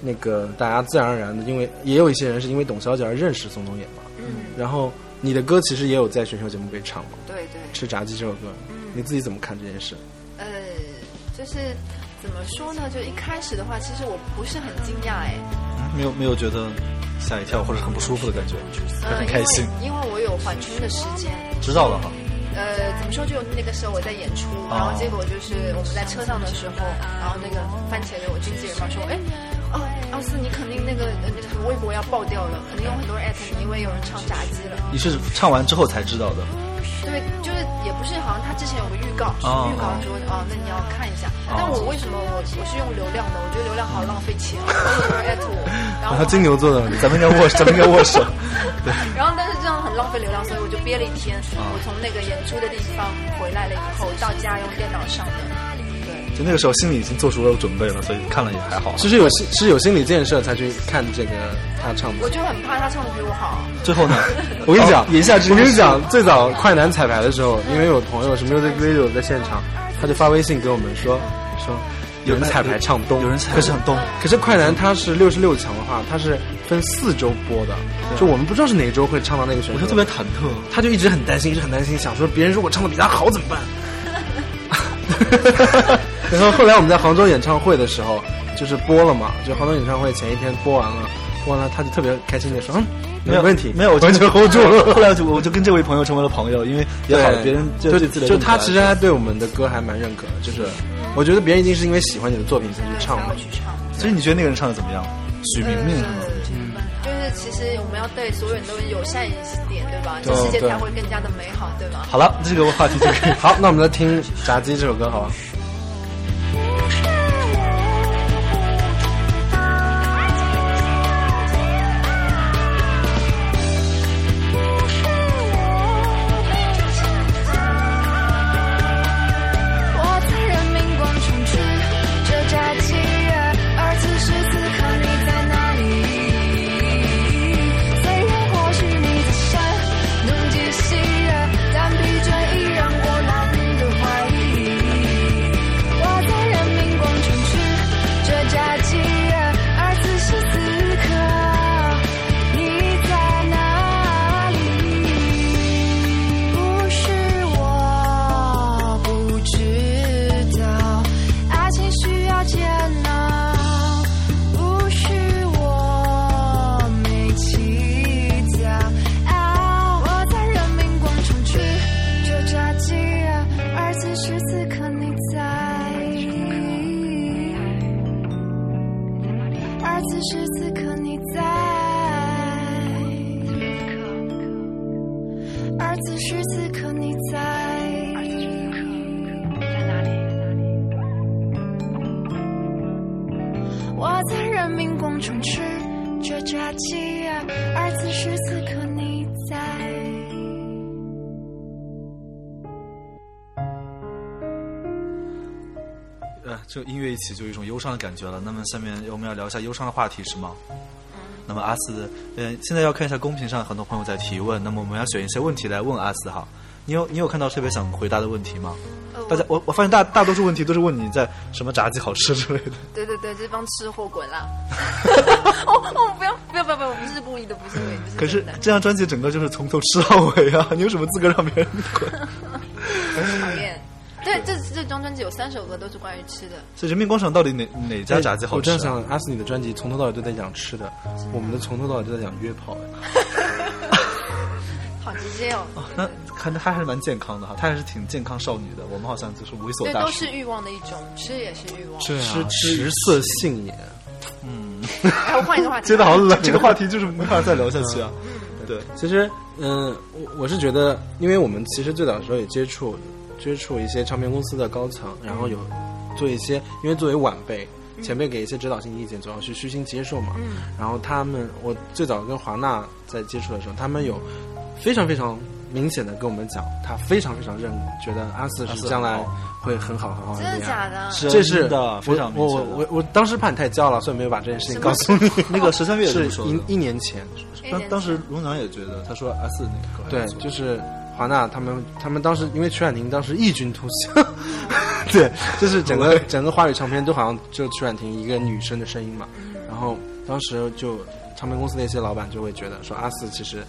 Speaker 2: 那个大家自然而然的，因为也有一些人是因为董小姐而认识宋冬野嘛。
Speaker 6: 嗯，
Speaker 2: 然后你的歌其实也有在选秀节目被唱嘛，
Speaker 6: 对对。
Speaker 2: 《吃炸鸡》这首歌，你自己怎么看这件事？
Speaker 6: 呃，就是怎么说呢？就一开始的话，其实我不是很惊讶哎，
Speaker 1: 没有没有觉得吓一跳或者很不舒服的感觉，还
Speaker 6: 呃
Speaker 1: 很开心。
Speaker 6: 因为因为我有缓冲的时间。
Speaker 1: 知道了哈，
Speaker 6: 呃，怎么说？就那个时候我在演出，然
Speaker 1: 哦
Speaker 6: 后结果就是我们在车上的时候，然后那个番茄给我经纪人嘛说，哎，哦，奥斯你肯定那个呃那个什么微博要爆掉了，肯定有很多人艾特你，因为有人唱炸鸡了。
Speaker 1: 你是唱完之后才知道的。
Speaker 6: 对，就是也不是，好像他之前有个预告，
Speaker 1: 哦
Speaker 6: 预告说哦，那你要看一下。但我为什么我我是用流量的？我觉得流量好浪费
Speaker 1: (laughs)
Speaker 6: 钱，有人艾特我，
Speaker 1: 啊哦
Speaker 2: 然
Speaker 6: 然后
Speaker 2: 后金牛座的，
Speaker 1: 咱们应该握，咱们应该握手。
Speaker 6: 然后但是这样很浪费流量，所以我就憋了一天。我从那个演出的地方回来了以后，到家用电脑上的。对，
Speaker 1: 就那个时候心里已经做出了准备了，所以看了也还好。
Speaker 2: 其实有心是有心理建设才去看这个他唱
Speaker 6: 我
Speaker 2: 的。
Speaker 6: 就很怕他唱的比我好。
Speaker 1: 最后呢， (laughs)
Speaker 2: (laughs)
Speaker 1: 哦
Speaker 2: 我跟你讲，
Speaker 1: 言下之意，
Speaker 2: 我跟你讲，，最早快男彩排的时候，因为有朋友是 Music Radio 在现场，他就发微信给我们说说有人彩排唱东，
Speaker 1: 有人彩排唱东，
Speaker 2: 可是快男他是六十六强的话，他是分四周播的，就我们不知道是哪一周会唱到那个选手。
Speaker 1: 我就特别忐忑。
Speaker 2: 他就一直很担心，一直很担心，想说别人如果唱的比他好怎么办？ (laughs) 然后后来我们在杭州演唱会的时候，就是播了嘛，就杭州演唱会前一天播完了，播完了他就特别开心的说，嗯，
Speaker 1: 有
Speaker 2: 问题，
Speaker 1: 没有，我
Speaker 2: (laughs) 完全 hold 住了。
Speaker 1: (laughs) 后来我就我就跟这位朋友成为了朋友，因为也
Speaker 2: 对，
Speaker 1: 好，别人就
Speaker 2: 就
Speaker 1: 对自己的
Speaker 2: 就
Speaker 1: 认可
Speaker 2: 他其实还对我们的歌还蛮认可的，就是我觉得别人一定是因为喜欢你的作品才去唱
Speaker 6: 才
Speaker 2: 嘛
Speaker 1: (laughs)
Speaker 6: 会。去唱。
Speaker 1: 所以你觉得那个人唱的怎么样？许明明是吗
Speaker 6: 就是其实我们要对所有人都友善一点，对吧？
Speaker 2: 对
Speaker 6: 这世界
Speaker 2: 对
Speaker 6: 才会更加的美好，对吧？
Speaker 1: 好了，这个话题 (laughs) 就可以。
Speaker 2: 好，那我们来听《炸鸡》这首歌，好啊吧？
Speaker 9: 我在人民广场吃着炸鸡，而此时此刻你在哪里？虽然或许你在山东极西，但疲倦已让我难以怀疑。我在人民广场吃着炸鸡，而此时此刻你在哪里？不是我不知道，爱情需要煎熬。不是我没起早，啊，我在人民广场吃着炸鸡，而此时此刻你在，而此时此刻你在。而此时此刻你在？我在人民广场吃着炸鸡，而此时此刻你在？
Speaker 1: 这个音乐一呃起就有一种忧伤的感觉了。那么下面我们要聊一下忧伤的话题是吗？那么阿四，嗯，现在要看一下公屏上很多朋友在提问，那么我们要选一些问题来问阿四哈。你有你有看到特别想回答的问题吗？
Speaker 6: 呃我
Speaker 1: 大家我我发现大大多数问题都是问你在什么炸鸡好吃之类的。
Speaker 6: 对对对，这帮吃货滚
Speaker 2: (laughs)
Speaker 6: 啦！哦哦，不要不要不要不要，我不是故意的，不是
Speaker 2: (laughs)
Speaker 6: 故意，不是。
Speaker 1: 可是这张专辑整个就是从头吃到尾啊，你有什么资格让别人滚？
Speaker 6: 讨厌。对，这这张专辑有三首歌都是关于吃的，
Speaker 1: 所以人民广场到底哪哪家炸鸡好
Speaker 2: 我
Speaker 1: 吃、
Speaker 2: 这
Speaker 1: 啊？
Speaker 2: 样想，阿斯你的专辑从头到尾都在讲吃的，我们的从头到尾都在讲约炮。哎
Speaker 6: 好直接哦。
Speaker 1: 那看他还是蛮健康的哈，他还是挺健康少女的。我们好像就是猥琐
Speaker 6: 对，
Speaker 1: 大
Speaker 6: 都
Speaker 1: 叔
Speaker 6: 是。欲望的一种，吃也是欲望。
Speaker 2: 吃食色性也。
Speaker 6: 哎，我换一
Speaker 2: (laughs)
Speaker 6: 个话题。
Speaker 1: 接的好冷，这个话题就是没法再聊下去啊。对，
Speaker 2: 其实，嗯、我我是觉得，因为我们其实最早的时候也接触接触一些唱片公司的高层，然后有做一些，因为作为晚辈。前辈给一些指导性意见，总要去虚心接受嘛。然后他们，我最早跟华纳在接触的时候，他们有非常非常明显的跟我们讲，他非常非常认觉得阿四
Speaker 1: 阿
Speaker 2: 是
Speaker 1: 四
Speaker 2: 将来
Speaker 1: 很好
Speaker 2: 会很好很好的
Speaker 6: 真
Speaker 2: 恋爱。
Speaker 6: 的假的？
Speaker 2: 这是
Speaker 1: 的，非常
Speaker 2: 我
Speaker 1: 明
Speaker 2: 我
Speaker 1: 确
Speaker 2: 我
Speaker 1: 的。
Speaker 2: 我我当时怕你太骄傲了，所以没有把这件事情告诉你。
Speaker 1: (laughs) 那个十三月也这
Speaker 2: 是
Speaker 1: 么说的
Speaker 2: 一一年前，
Speaker 1: 当当时龙娘也觉得，他说啊 S 那个歌还
Speaker 2: 对
Speaker 1: 不，错
Speaker 2: 就是华纳他们，他们当时因为曲婉婷当时异军突起，对，就是整个整个华语唱片都好像就曲婉婷一个女生的声音嘛。
Speaker 6: 嗯
Speaker 2: 然后当时就唱片公司的一些老板就会觉得说阿四其实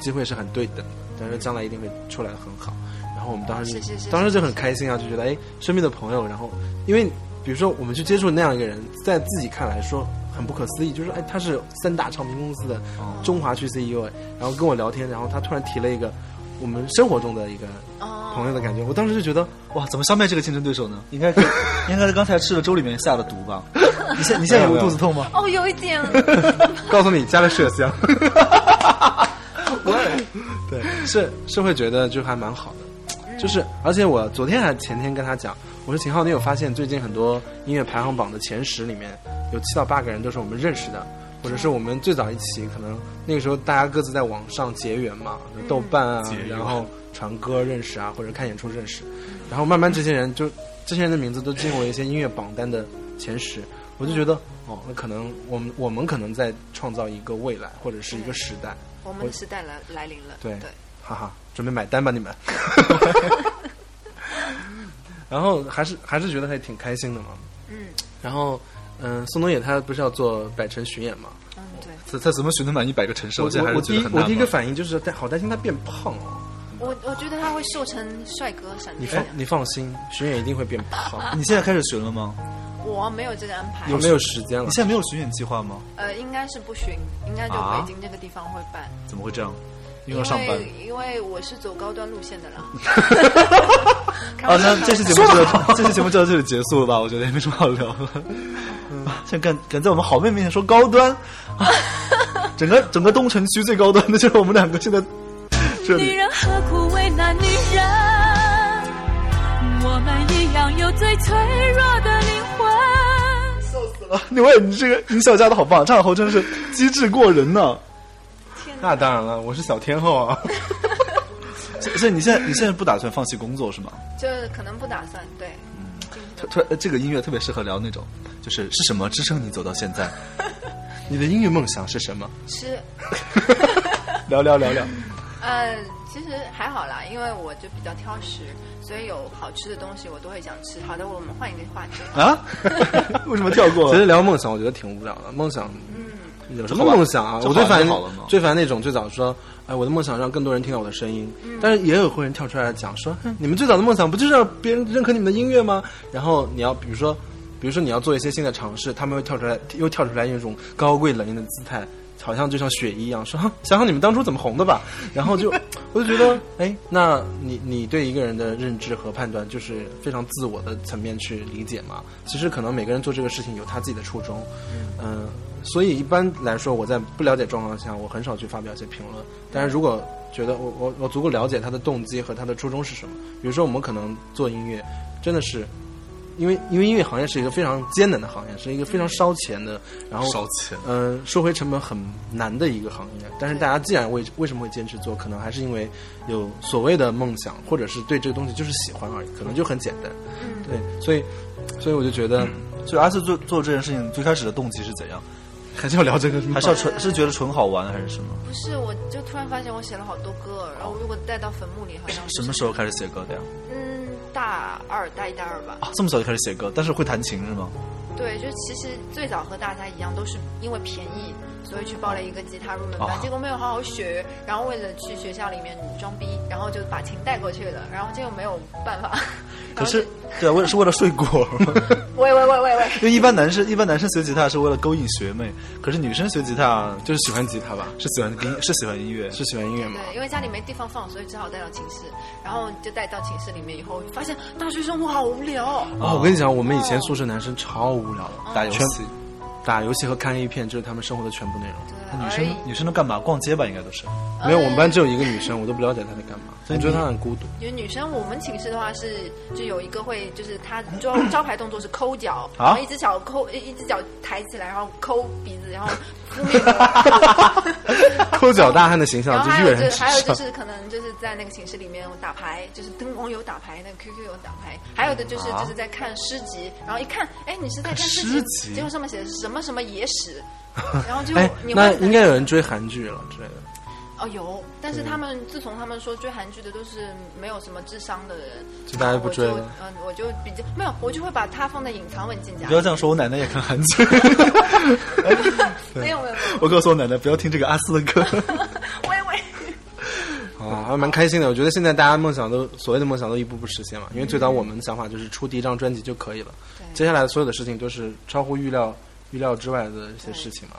Speaker 2: 机会是很对等，但是将来一定会出来的很好。然后我们当时
Speaker 6: 是是是
Speaker 2: 当时就很开心啊，就觉得哎，身边的朋友，然后因为比如说我们去接触那样一个人，在自己看来说很不可思议，就是哎，他是三大唱片公司的
Speaker 6: 哦
Speaker 2: 中华区 CEO，、哎，然后跟我聊天，然后他突然提了一个我们生活中的一个
Speaker 6: 哦
Speaker 2: 啊朋友的感觉，我当时就觉得
Speaker 1: (laughs) 哇，怎么消灭这个竞争对手呢？应该跟 (laughs) 应该是刚才吃的粥里面下的毒
Speaker 2: (laughs)
Speaker 1: 吧？你现你现在
Speaker 2: 没有没
Speaker 1: 有
Speaker 2: 有
Speaker 1: 肚子痛吗？
Speaker 6: 哦，有一
Speaker 2: (laughs)
Speaker 6: 点，
Speaker 2: 告诉你加了麝香，对，是是会觉得就还蛮好的，就是而且我昨天还前天跟他讲，我说秦昊，你有发现最近很多音乐排行榜的前十里面有七到八个人都是我们认识的，或者是我们最早一起，可能那个时候大家各自在网上结缘嘛，就豆瓣啊，然后传歌认识啊，或者看演出认识，然后慢慢这些人就这些人的名字都进入一些音乐榜单的前十，我就觉得哦，那可能我们我们可能在创造一个未来或者是一个时代，
Speaker 6: 我们的时代来来临了。
Speaker 2: 对
Speaker 6: 对，
Speaker 2: 哈哈，准备买单吧你 (laughs) 们。然后还是还是觉得还挺开心的嘛。
Speaker 6: 嗯
Speaker 2: 然后，嗯、宋冬野他不是要做百城巡演嘛？
Speaker 6: 嗯，对，
Speaker 1: 他他怎么寻得满一百个城市？
Speaker 2: 我
Speaker 1: 现在还
Speaker 2: 我
Speaker 1: 是觉
Speaker 2: 我第
Speaker 1: 得
Speaker 2: 一
Speaker 1: 很
Speaker 2: 我
Speaker 1: 难
Speaker 2: 第一个
Speaker 1: 忘。
Speaker 2: 反应就是担好担心他变胖哦。
Speaker 6: 我我觉得他会瘦成帅哥闪
Speaker 2: 你
Speaker 6: 电
Speaker 2: 放。你放心，巡演一定会变胖。
Speaker 1: 你现在开始巡了吗？
Speaker 6: 我没有这个安排
Speaker 2: 有，没有时间了
Speaker 1: 你？现在没有巡演计划吗？
Speaker 6: 呃，应该是不巡，应该就
Speaker 1: 啊
Speaker 6: 北京这个地方会办，
Speaker 1: 怎么会这样？因
Speaker 6: 因
Speaker 1: 为要上班。
Speaker 6: 为因为我是走高端路线的
Speaker 1: (laughs)
Speaker 6: 啦。
Speaker 1: 啊，那这期节目就这期节目就到这里结束了吧？我觉得也没什么好聊 (laughs) 了。啊现在敢敢在我们好妹面前说高端， (laughs) 啊整个整个东城区最高端的就是我们两个现在这
Speaker 10: 女
Speaker 1: 里。
Speaker 10: 人何苦为难女人？我们一样有最脆弱的灵魂。
Speaker 1: 啊另外，你这个你小家的好棒，张小侯真的是机智过人呢、
Speaker 2: 那当然了，我是小天后 (laughs) 啊。
Speaker 1: 所以所以你现在你现在不打算放弃工作是吗？
Speaker 6: 就是可能不打算对。
Speaker 1: 特特呃这个音乐特别适合聊那种，就是是什么支撑你走到现在？
Speaker 2: 你的音乐梦想是什么？
Speaker 6: 吃，
Speaker 1: 聊聊聊聊，
Speaker 6: 呃，其实还好啦，因为我就比较挑食，所以有好吃的东西我都会想吃。好的，我们换一个话题。
Speaker 1: 啊？ (laughs) 为什么跳过
Speaker 2: 其
Speaker 1: 了？
Speaker 2: 实聊梦想，我觉得挺无聊的。梦想，嗯，有什么
Speaker 1: 好吧
Speaker 2: 梦想啊？
Speaker 1: 就
Speaker 2: 我最
Speaker 1: 好
Speaker 2: 烦
Speaker 1: 就好了嘛
Speaker 2: 最烦那种最早说，哎，我的梦想让更多人听到我的声音。但是也有会人跳出来讲说，哼你们最早的梦想不就是让别人认可你们的音乐吗？然后你要比如说，比如说你要做一些新的尝试，他们又跳出来，又跳出来一种高贵冷硬的姿态。好像就像雪一样，说哼想想你们当初怎么红的吧， (laughs) 然后就我就觉得，哎，那你你对一个人的认知和判断，就是非常自我的层面去理解嘛。其实可能每个人做这个事情有他自己的初衷，嗯、所以一般来说，我在不了解状况下，我很少去发表一些评论。但是如果觉得我我我足够了解他的动机和他的初衷是什么，比如说我们可能做音乐，真的是。因为因为音乐行业是一个非常艰难的行业，是一个非常烧钱的，然后
Speaker 1: 烧钱
Speaker 2: 嗯、收回成本很难的一个行业。但是大家既然为为什么会坚持做，可能还是因为有所谓的梦想，或者是对这个东西就是喜欢而已，可能就很简单。对，所以所以我就觉得，
Speaker 1: 所以阿四做做这件事情最开始的动机是怎样？
Speaker 2: 还是要聊这个，
Speaker 1: 还是要纯是觉得纯好玩还是什么？
Speaker 6: 不是，我就突然发现我写了好多歌，然后如果带到坟墓里，好像
Speaker 1: 什么时候开始写歌的呀？
Speaker 6: 嗯，大二、大一、大二
Speaker 2: 哦
Speaker 6: 吧。
Speaker 1: 啊，这么早就开始写歌，但是会弹琴是吗？
Speaker 6: 对，就其实最早和大家一样，都是因为便宜，所以去报了一个吉他入门班，
Speaker 1: 哦
Speaker 6: 结果没有好好学，然后为了去学校里面装逼，然后就把琴带过去了，然后这个没有办法。
Speaker 1: 可
Speaker 6: 然后
Speaker 1: 是
Speaker 6: 就，
Speaker 1: 对啊，为是为了睡
Speaker 2: (laughs)
Speaker 1: 果吗？
Speaker 6: 喂喂喂喂喂，
Speaker 1: 因为一般男生一般男生学吉他是为了勾引学妹，可是女生学吉他
Speaker 2: 就是喜欢吉他吧，
Speaker 1: 是喜欢音是喜欢音乐，
Speaker 2: 是喜欢音乐
Speaker 1: 嗯
Speaker 2: 吗？
Speaker 6: 对，因为家里没地方放，所以只好带到寝室，然后就带到寝室里面以后，发现大学生活好无聊。
Speaker 2: 哦，我跟你讲，我们以前宿舍男生超无聊的，
Speaker 1: 哦打游
Speaker 2: 全
Speaker 1: 戏。
Speaker 2: 打游戏和看 A 片，这是他们生活的全部内容。
Speaker 6: 对，
Speaker 1: 女
Speaker 2: 哎
Speaker 6: 而
Speaker 1: 生女生都干嘛？逛街吧，应该都是。
Speaker 6: 哦
Speaker 2: 没有，我们班只有一个女生，我都不了解她在干嘛，
Speaker 1: 嗯
Speaker 2: 所以觉得她很孤
Speaker 1: (laughs)
Speaker 2: 独。
Speaker 6: 有女生，我们寝室的话是就有一个会，就是她招招牌动作是抠脚，
Speaker 1: 啊
Speaker 6: 然后一只脚抠，一一只脚抬起来，然后抠鼻子，然后敷面
Speaker 1: (laughs)
Speaker 6: 膜。
Speaker 2: 抠脚大汉的形
Speaker 6: 然
Speaker 2: 象
Speaker 6: 后
Speaker 2: 就
Speaker 6: 还
Speaker 2: 跃
Speaker 6: 有
Speaker 2: 然
Speaker 6: 就
Speaker 2: 纸
Speaker 6: 还有就
Speaker 2: 上。
Speaker 6: 是可能就是在那个寝室里面打牌，就是跟网友打牌，那个 QQ 有打牌。还有的就是就是在看诗集，然后一看，哎，你是在看
Speaker 1: 诗
Speaker 6: 诗
Speaker 1: 集
Speaker 6: 结果上面写的是什么什么野史，然后就
Speaker 2: 哎，
Speaker 6: 你
Speaker 2: 那
Speaker 6: 会
Speaker 2: 应该有人追韩剧了之类的。
Speaker 6: 哦有，但是他们自从他们说追韩剧的都是没有什么智商的人，
Speaker 2: 就大家不追了
Speaker 6: 然后我就嗯，我就比较没有，我就会把它放在隐藏文件夹
Speaker 1: 不。要这样说，我奶奶也看韩剧。 (laughs)
Speaker 6: 没有没有没有，
Speaker 1: 我告诉我奶奶不要听这个阿四的歌。
Speaker 6: 喂喂，
Speaker 1: 哦
Speaker 2: 啊，还蛮开心的。我觉得现在大家梦想都所谓的梦想都一步步实现嘛，因为最
Speaker 1: 嗯
Speaker 2: 早我们的想法就是出第一张专辑就可以了，
Speaker 6: 对
Speaker 2: 接下来所有的事情都是超乎预料预料之外的一些事情嘛。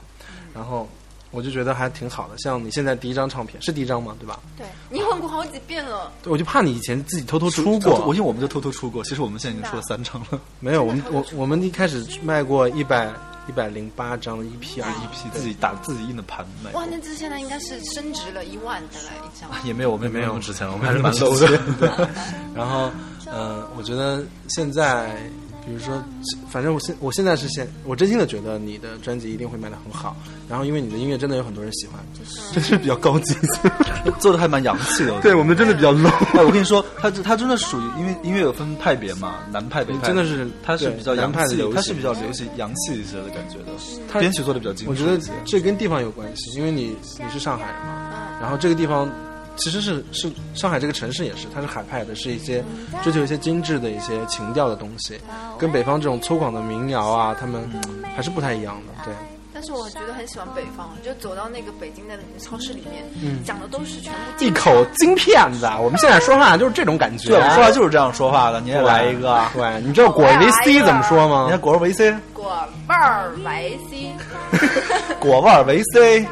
Speaker 2: 然后我就觉得还挺好的，像你现在第一张唱片是第一张吗？对吧？
Speaker 6: 对你问过好几遍了，
Speaker 2: 对我就怕你以前自己偷偷 (laughs) 出
Speaker 1: 偷偷
Speaker 2: 过，
Speaker 1: 我因为我们就偷偷出过。其实我们现在已经出了三张了。
Speaker 2: 没有，我们我我们一开始卖过一百一百零八张的 EP 而已。
Speaker 1: 一批 (laughs) 自己打自己印的盘卖
Speaker 6: 哇，那这现在应该是升值了一万的了一张。
Speaker 1: 也没有，我们也没有那么值钱，我们还是 (laughs)
Speaker 2: 没有
Speaker 1: 蛮
Speaker 2: 那么
Speaker 1: low
Speaker 2: 值钱 (laughs)
Speaker 1: 的。
Speaker 2: 然后，呃，我觉得现在，比如说，反正我现我现在是现，我真心的觉得你的专辑一定会卖的很好。然后，因为你的音乐真的有很多人喜欢，真是比较高级。
Speaker 1: 对， (laughs) 做的还蛮洋气的。我觉得
Speaker 2: 对我们真的比较 low，
Speaker 1: 哎，我跟你说，他他真的属于，因为音乐有分派别嘛，南派北派，
Speaker 2: 真的是
Speaker 1: 他是
Speaker 2: 对
Speaker 1: 比较
Speaker 2: 南
Speaker 1: 洋
Speaker 2: 派的流
Speaker 1: 气，
Speaker 2: 行
Speaker 1: 他是比较流行洋气一些的感觉的，
Speaker 2: 他
Speaker 1: 编曲做的比较精致。
Speaker 2: 我觉得这跟地方有关系，因为你你是啊嗯上海人嘛，然后这个地方其实是是上海这个城市也是，它是海派的，是一些追求一些精致的一些情调的东西，跟北方这种粗犷的民谣啊，他们还是不太一样的，对。
Speaker 6: 但是我觉得很喜欢北方，
Speaker 2: 嗯
Speaker 6: 就走到那个北京的超市里面，讲的都是全部
Speaker 2: 一口金片子啊！我们现在说话就是这种感觉。
Speaker 1: 对，我们说话就是这样说话的，你也来一个，啊哎
Speaker 2: 对，你知道果维 C 怎么说
Speaker 1: 你
Speaker 2: 吗
Speaker 1: 看？果儿维 C，
Speaker 6: 果味儿维 C，
Speaker 2: (laughs)
Speaker 1: 果味儿维 C，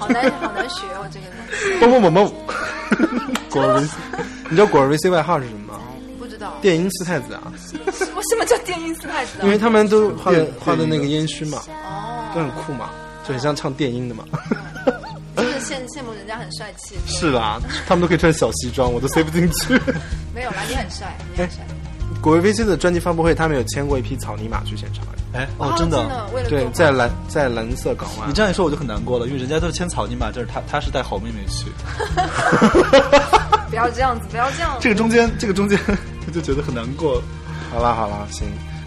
Speaker 6: 好难好难学哦这个东西，
Speaker 2: 蹦蹦蹦
Speaker 1: (laughs)
Speaker 2: 蹦。果维 C，你知道果维 C 外号是什么吗？
Speaker 6: 不知道
Speaker 2: 电音四太子啊，
Speaker 6: 我什么叫电音四太子啊
Speaker 2: 因为他们都画的
Speaker 1: 电
Speaker 2: 画的那个烟熏嘛，都
Speaker 6: 哦，
Speaker 2: 很酷嘛，就很像唱电音的嘛。 (laughs)
Speaker 6: 就是羡羡慕人家很帅气，
Speaker 2: 是啦，他们都可以穿小西装，我都塞不进
Speaker 1: (laughs)
Speaker 2: 去。
Speaker 6: 没有啦，你很帅，你很帅，
Speaker 2: 哎果维 C 的专辑发布会，他们有签过一批草泥马去现场，
Speaker 1: 哎，
Speaker 6: 哦
Speaker 1: 哦，真
Speaker 6: 的
Speaker 1: 的。，
Speaker 6: 为了
Speaker 2: 对
Speaker 6: 做，
Speaker 2: 在蓝在蓝色港湾
Speaker 1: 你。这样一说，我就很难过了，因为人家都是牵草泥马这儿，他他是带好妹妹去，
Speaker 6: 不要这样子，不要这样子，
Speaker 1: 这个中间这个中间 (laughs) 就觉得很难过。
Speaker 2: 好啦好啦，行。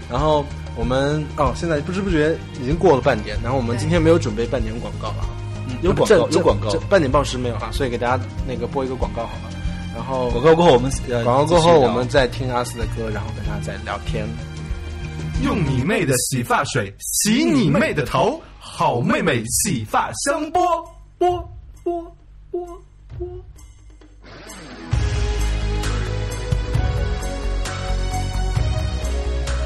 Speaker 2: 然后我们哦，现在不知不觉已经过了半点，然后我们今天没有准备半点广告了啊，
Speaker 1: 嗯有广
Speaker 2: 这
Speaker 1: 告，
Speaker 2: 这
Speaker 1: 有广告
Speaker 2: 这，半点报时没有啊，所以给大家那个播一个广告好吗？然后
Speaker 1: 广告过后我们呃
Speaker 2: 广告过后，我们
Speaker 1: 继续
Speaker 2: 再听阿四的歌，然后跟他再聊天。
Speaker 5: 用你妹的洗发水洗你妹的头，好妹妹洗发香波波波波波。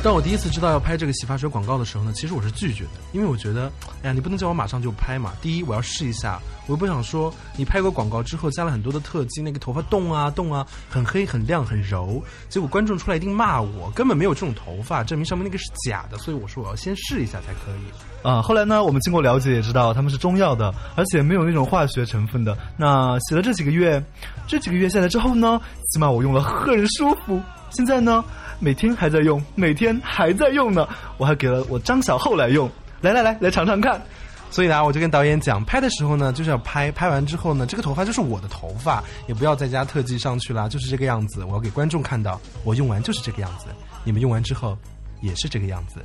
Speaker 2: 当我第一次知道要拍这个洗发水广告的时候呢，其实我是拒绝的，因为我觉得，哎呀，你不能叫我马上就拍嘛。第一，我要试一下，我又不想说你拍过广告之后加了很多的特技，那个头发动啊动啊，很黑很亮很柔，结果观众出来一定骂我，根本没有这种头发，证明上面那个是假的，所以我说我要先试一下才可以。
Speaker 3: 啊，后来呢，我们经过了解也知道，它们是中药的，而且没有那种化学成分的。那洗了这几个月，这几个月下来之后呢，起码我用了很舒服。现在呢，每天还在用，每天还在用呢。我还给了我张小厚来用，来来来，来尝尝看。
Speaker 2: 所以呢，我就跟导演讲，拍的时候呢，就是要拍，拍完之后呢，这个头发就是我的头发，也不要再加特技上去啦，就是这个样子，我要给观众看到，我用完就是这个样子。你们用完之后，
Speaker 11: 也是这个样子。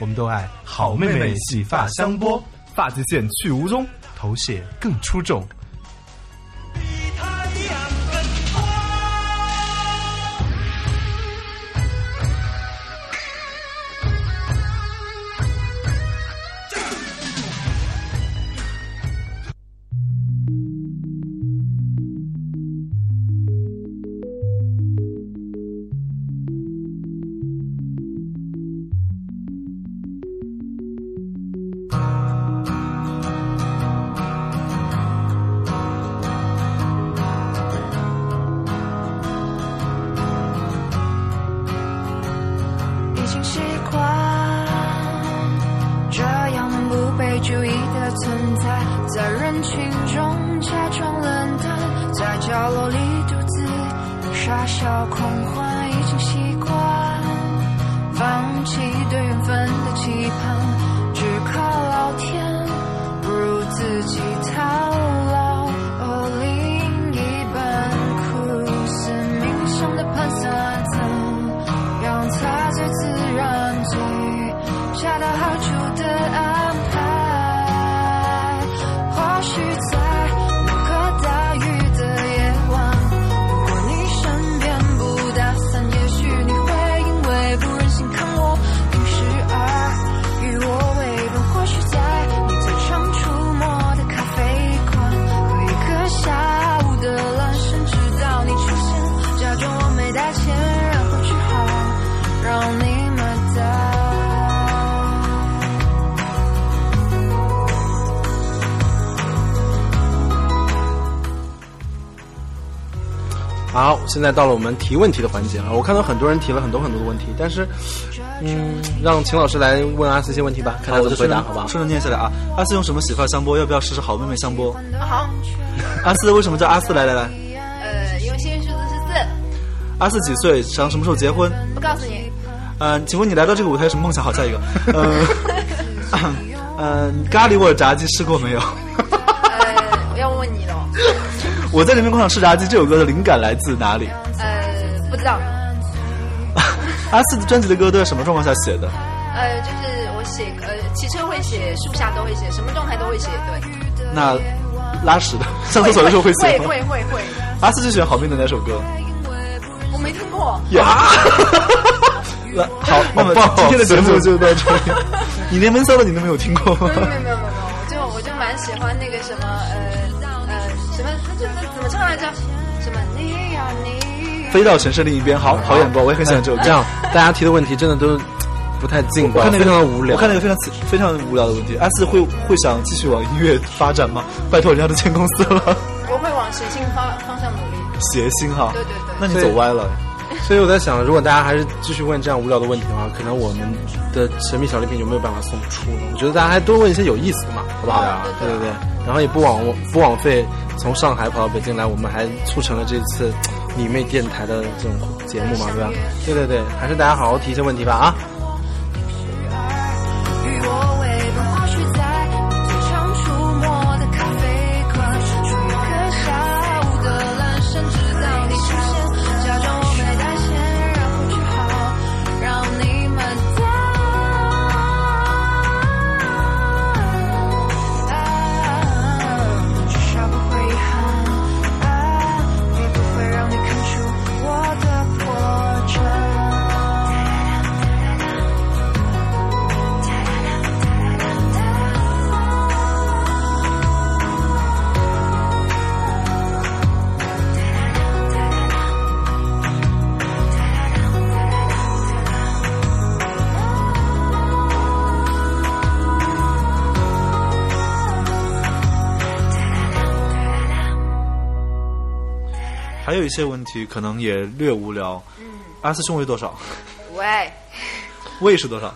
Speaker 11: 我们都爱
Speaker 12: 好妹妹洗发香波，
Speaker 11: 发际线去无踪，头屑更出众。
Speaker 6: 已经习惯这样不被注意的存在，在人群中假装冷淡，在角落里独自傻笑狂欢，已经习惯放弃对缘分的期盼，只靠老天，不如自己套牢。哦，另一半苦思冥想的盘算怎。让它最自然、最恰到好处的安排。或许在某个大雨的夜晚，如果你身边不打伞，也许你会因为不忍心看我淋湿而与我为伴。或许在你最常出没的咖啡馆，有一个下午的阑珊，直到你出现，假装我没带钱，然后去好让你买单。
Speaker 2: 好，现在到了我们提问题的环节了。我看到很多人提了很多很多的问题，但是，嗯，让秦老师来问阿斯一些问题吧，看他
Speaker 1: 我就
Speaker 2: 怎么回
Speaker 1: 顺
Speaker 2: 答，
Speaker 1: 着
Speaker 2: 好吧？
Speaker 1: 顺着念下来啊。阿四用什么洗发香波？要不要试试好妹妹香波？
Speaker 13: 好，
Speaker 1: 阿四为什么叫阿四？来来来，
Speaker 13: 呃，因为幸运数字是四，
Speaker 1: 阿四几岁？想什么时候结婚？
Speaker 13: 不告诉你，
Speaker 1: 嗯，请问你来到这个舞台有什么梦想？好，下一个。嗯、呃，咖喱味儿炸鸡吃过没有？ (laughs)
Speaker 13: 呃，我要问问你喽，
Speaker 1: 我在人民广场吃炸鸡这首歌的灵感来自哪里？
Speaker 13: 呃，不知道，
Speaker 1: 阿四的专辑的歌都在什么状况下写的？
Speaker 13: 呃，就是我写，呃，骑车会写，树下都会写，什么状态都会写，对，
Speaker 1: 那拉屎的上厕所的时候会写
Speaker 13: 会
Speaker 1: 吗？
Speaker 13: 会会会，
Speaker 1: 阿四最喜欢郝斌的哪首歌？
Speaker 13: 我没听过，
Speaker 1: 呀，
Speaker 2: 啊
Speaker 1: (laughs) 那好，那么
Speaker 2: 哦
Speaker 1: 今天的节目就到这里。 (laughs) 你连闷骚的你都没有听过 (laughs) 吗
Speaker 13: 没？有没有没有没有，我就我就蛮喜欢那个什么呃呃什么，这这怎么唱来着？什么你呀、你
Speaker 1: 飞到城市另一边，好好眼光，我也很喜欢这首歌。
Speaker 2: 这样，大家提的问题真的都不太劲
Speaker 1: 我
Speaker 2: 爆，
Speaker 1: 看那
Speaker 2: 非
Speaker 1: 个
Speaker 2: 常的无聊。
Speaker 1: 我看那个非常非常无聊的问题。阿四会会想继续往音乐发展吗？拜托人家都签公司了， (laughs)
Speaker 13: 我会往谐星方方向努力。
Speaker 1: 谐星哈。
Speaker 13: 对对对
Speaker 1: 那你走歪了。
Speaker 2: 所以我在想，如果大家还是继续问这样无聊的问题的话，可能我们的神秘小礼品就没有办法送出了。我觉得大家还多问一些有意思的嘛，好不好？
Speaker 1: 啊
Speaker 2: 对对对。然后也不枉不枉费从上海跑到北京来，我们还促成了这次你妹电台的这种节目嘛，对吧？对对对，还是大家好好提一些问题吧啊！
Speaker 6: 与我为伴，或许在你最常出没的咖啡馆，数一个下午的阑珊，直到你出现，假装我没带钱，然后去好让你买单，至少不会遗憾，啊，也不会让你看出我的破绽。
Speaker 1: 还有一些问题可能也略无聊。嗯。阿四胸围多少？ (laughs)
Speaker 13: 喂
Speaker 1: 胃是多少？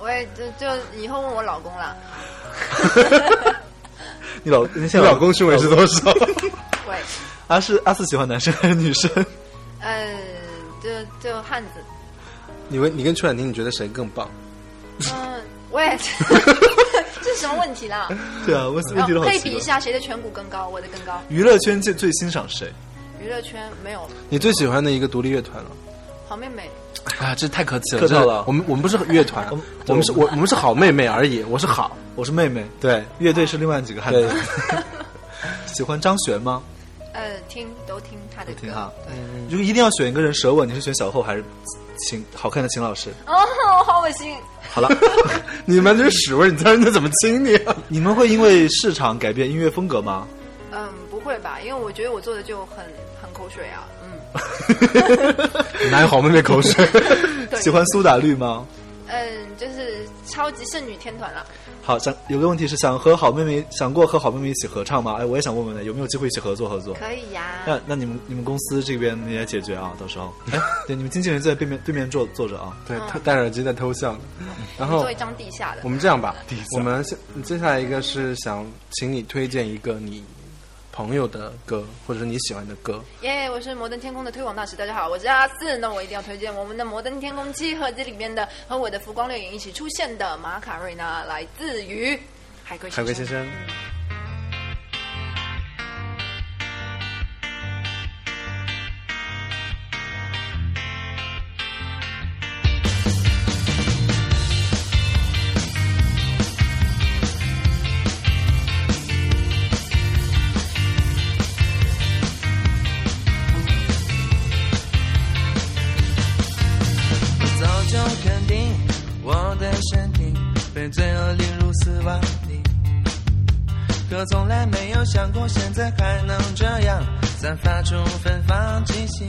Speaker 13: 喂，就就以后问我老公啦。
Speaker 1: 你
Speaker 2: (laughs)
Speaker 1: 老你现在
Speaker 2: 老公胸围是多少？
Speaker 13: 喂，
Speaker 1: (laughs) 阿四阿四喜欢男生还是女生？ (laughs)
Speaker 13: 呃，就就汉子。
Speaker 2: 你问你跟曲婉婷，你觉得谁更棒？
Speaker 13: 嗯，喂，这是什么问题啦？
Speaker 1: 对啊，问问
Speaker 2: 嗯
Speaker 13: 然
Speaker 1: 题都
Speaker 13: 后
Speaker 1: 好
Speaker 13: 可以
Speaker 1: 奇
Speaker 13: 比一
Speaker 1: 怪。
Speaker 13: 下谁的颧骨更高，我的更高。
Speaker 1: 娱乐圈最最欣赏谁？
Speaker 13: 娱乐圈没有，
Speaker 2: 你最喜欢的一个独立乐团了？
Speaker 6: 好妹妹，
Speaker 2: 啊，这太可气了，
Speaker 1: 客套
Speaker 2: 这
Speaker 1: 了
Speaker 2: 我们我们不是乐团
Speaker 1: 我们，
Speaker 2: 我们是我我们是好妹妹而已，我是好，
Speaker 1: 我是妹妹，
Speaker 2: 对
Speaker 1: 乐队是另外几个汉
Speaker 2: 对
Speaker 1: 子。 (laughs) 喜欢张悬吗？
Speaker 6: 呃，听都听她的歌，
Speaker 1: 挺好。
Speaker 2: 嗯
Speaker 1: 如果一定要选一个人舌吻，你是选小后还是秦好看的秦老
Speaker 2: (laughs)
Speaker 1: 师？
Speaker 6: 哦，好恶心。
Speaker 1: 好了，
Speaker 2: 你们这是屎味，你叫人家怎么亲你、啊？
Speaker 1: (laughs) 你们会因为市场改变音乐风格吗？
Speaker 6: 嗯，不会吧？因为我觉得我做的就很很口水啊。嗯，
Speaker 2: 哪有好妹妹
Speaker 1: (laughs)
Speaker 2: 口水？
Speaker 6: 对
Speaker 1: 喜欢苏打绿吗？
Speaker 6: 嗯，就是超级剩女天团啊了。
Speaker 1: 好，想有个问题是想和好妹妹想过和好妹妹一起合唱吗？哎，我也想问问呢，有没有机会一起合作合作？
Speaker 6: 可以呀、
Speaker 1: 那那你们你们公司这边你也解决啊，到时候。哎，对，你们经纪人在对面对面坐坐着
Speaker 2: (laughs)
Speaker 1: 啊。
Speaker 2: 对，他戴耳机在偷笑呢。然后
Speaker 6: 做一张地下的
Speaker 2: 我。们这样吧，我们接接下来一个是想请你推荐一个你朋友的歌，或者是你喜欢的歌。
Speaker 6: 耶我是摩登天空的推广大使，大家好，我是阿四。那我一定要推荐我们的摩登天空七合集里面的和我的浮光掠影一起出现的马卡瑞娜，来自于海龟
Speaker 2: 海龟先。生，
Speaker 14: 早就肯定我的身体被罪恶凌辱丝袜里，可从来没有想过现在还能这样散发出芬芳气息。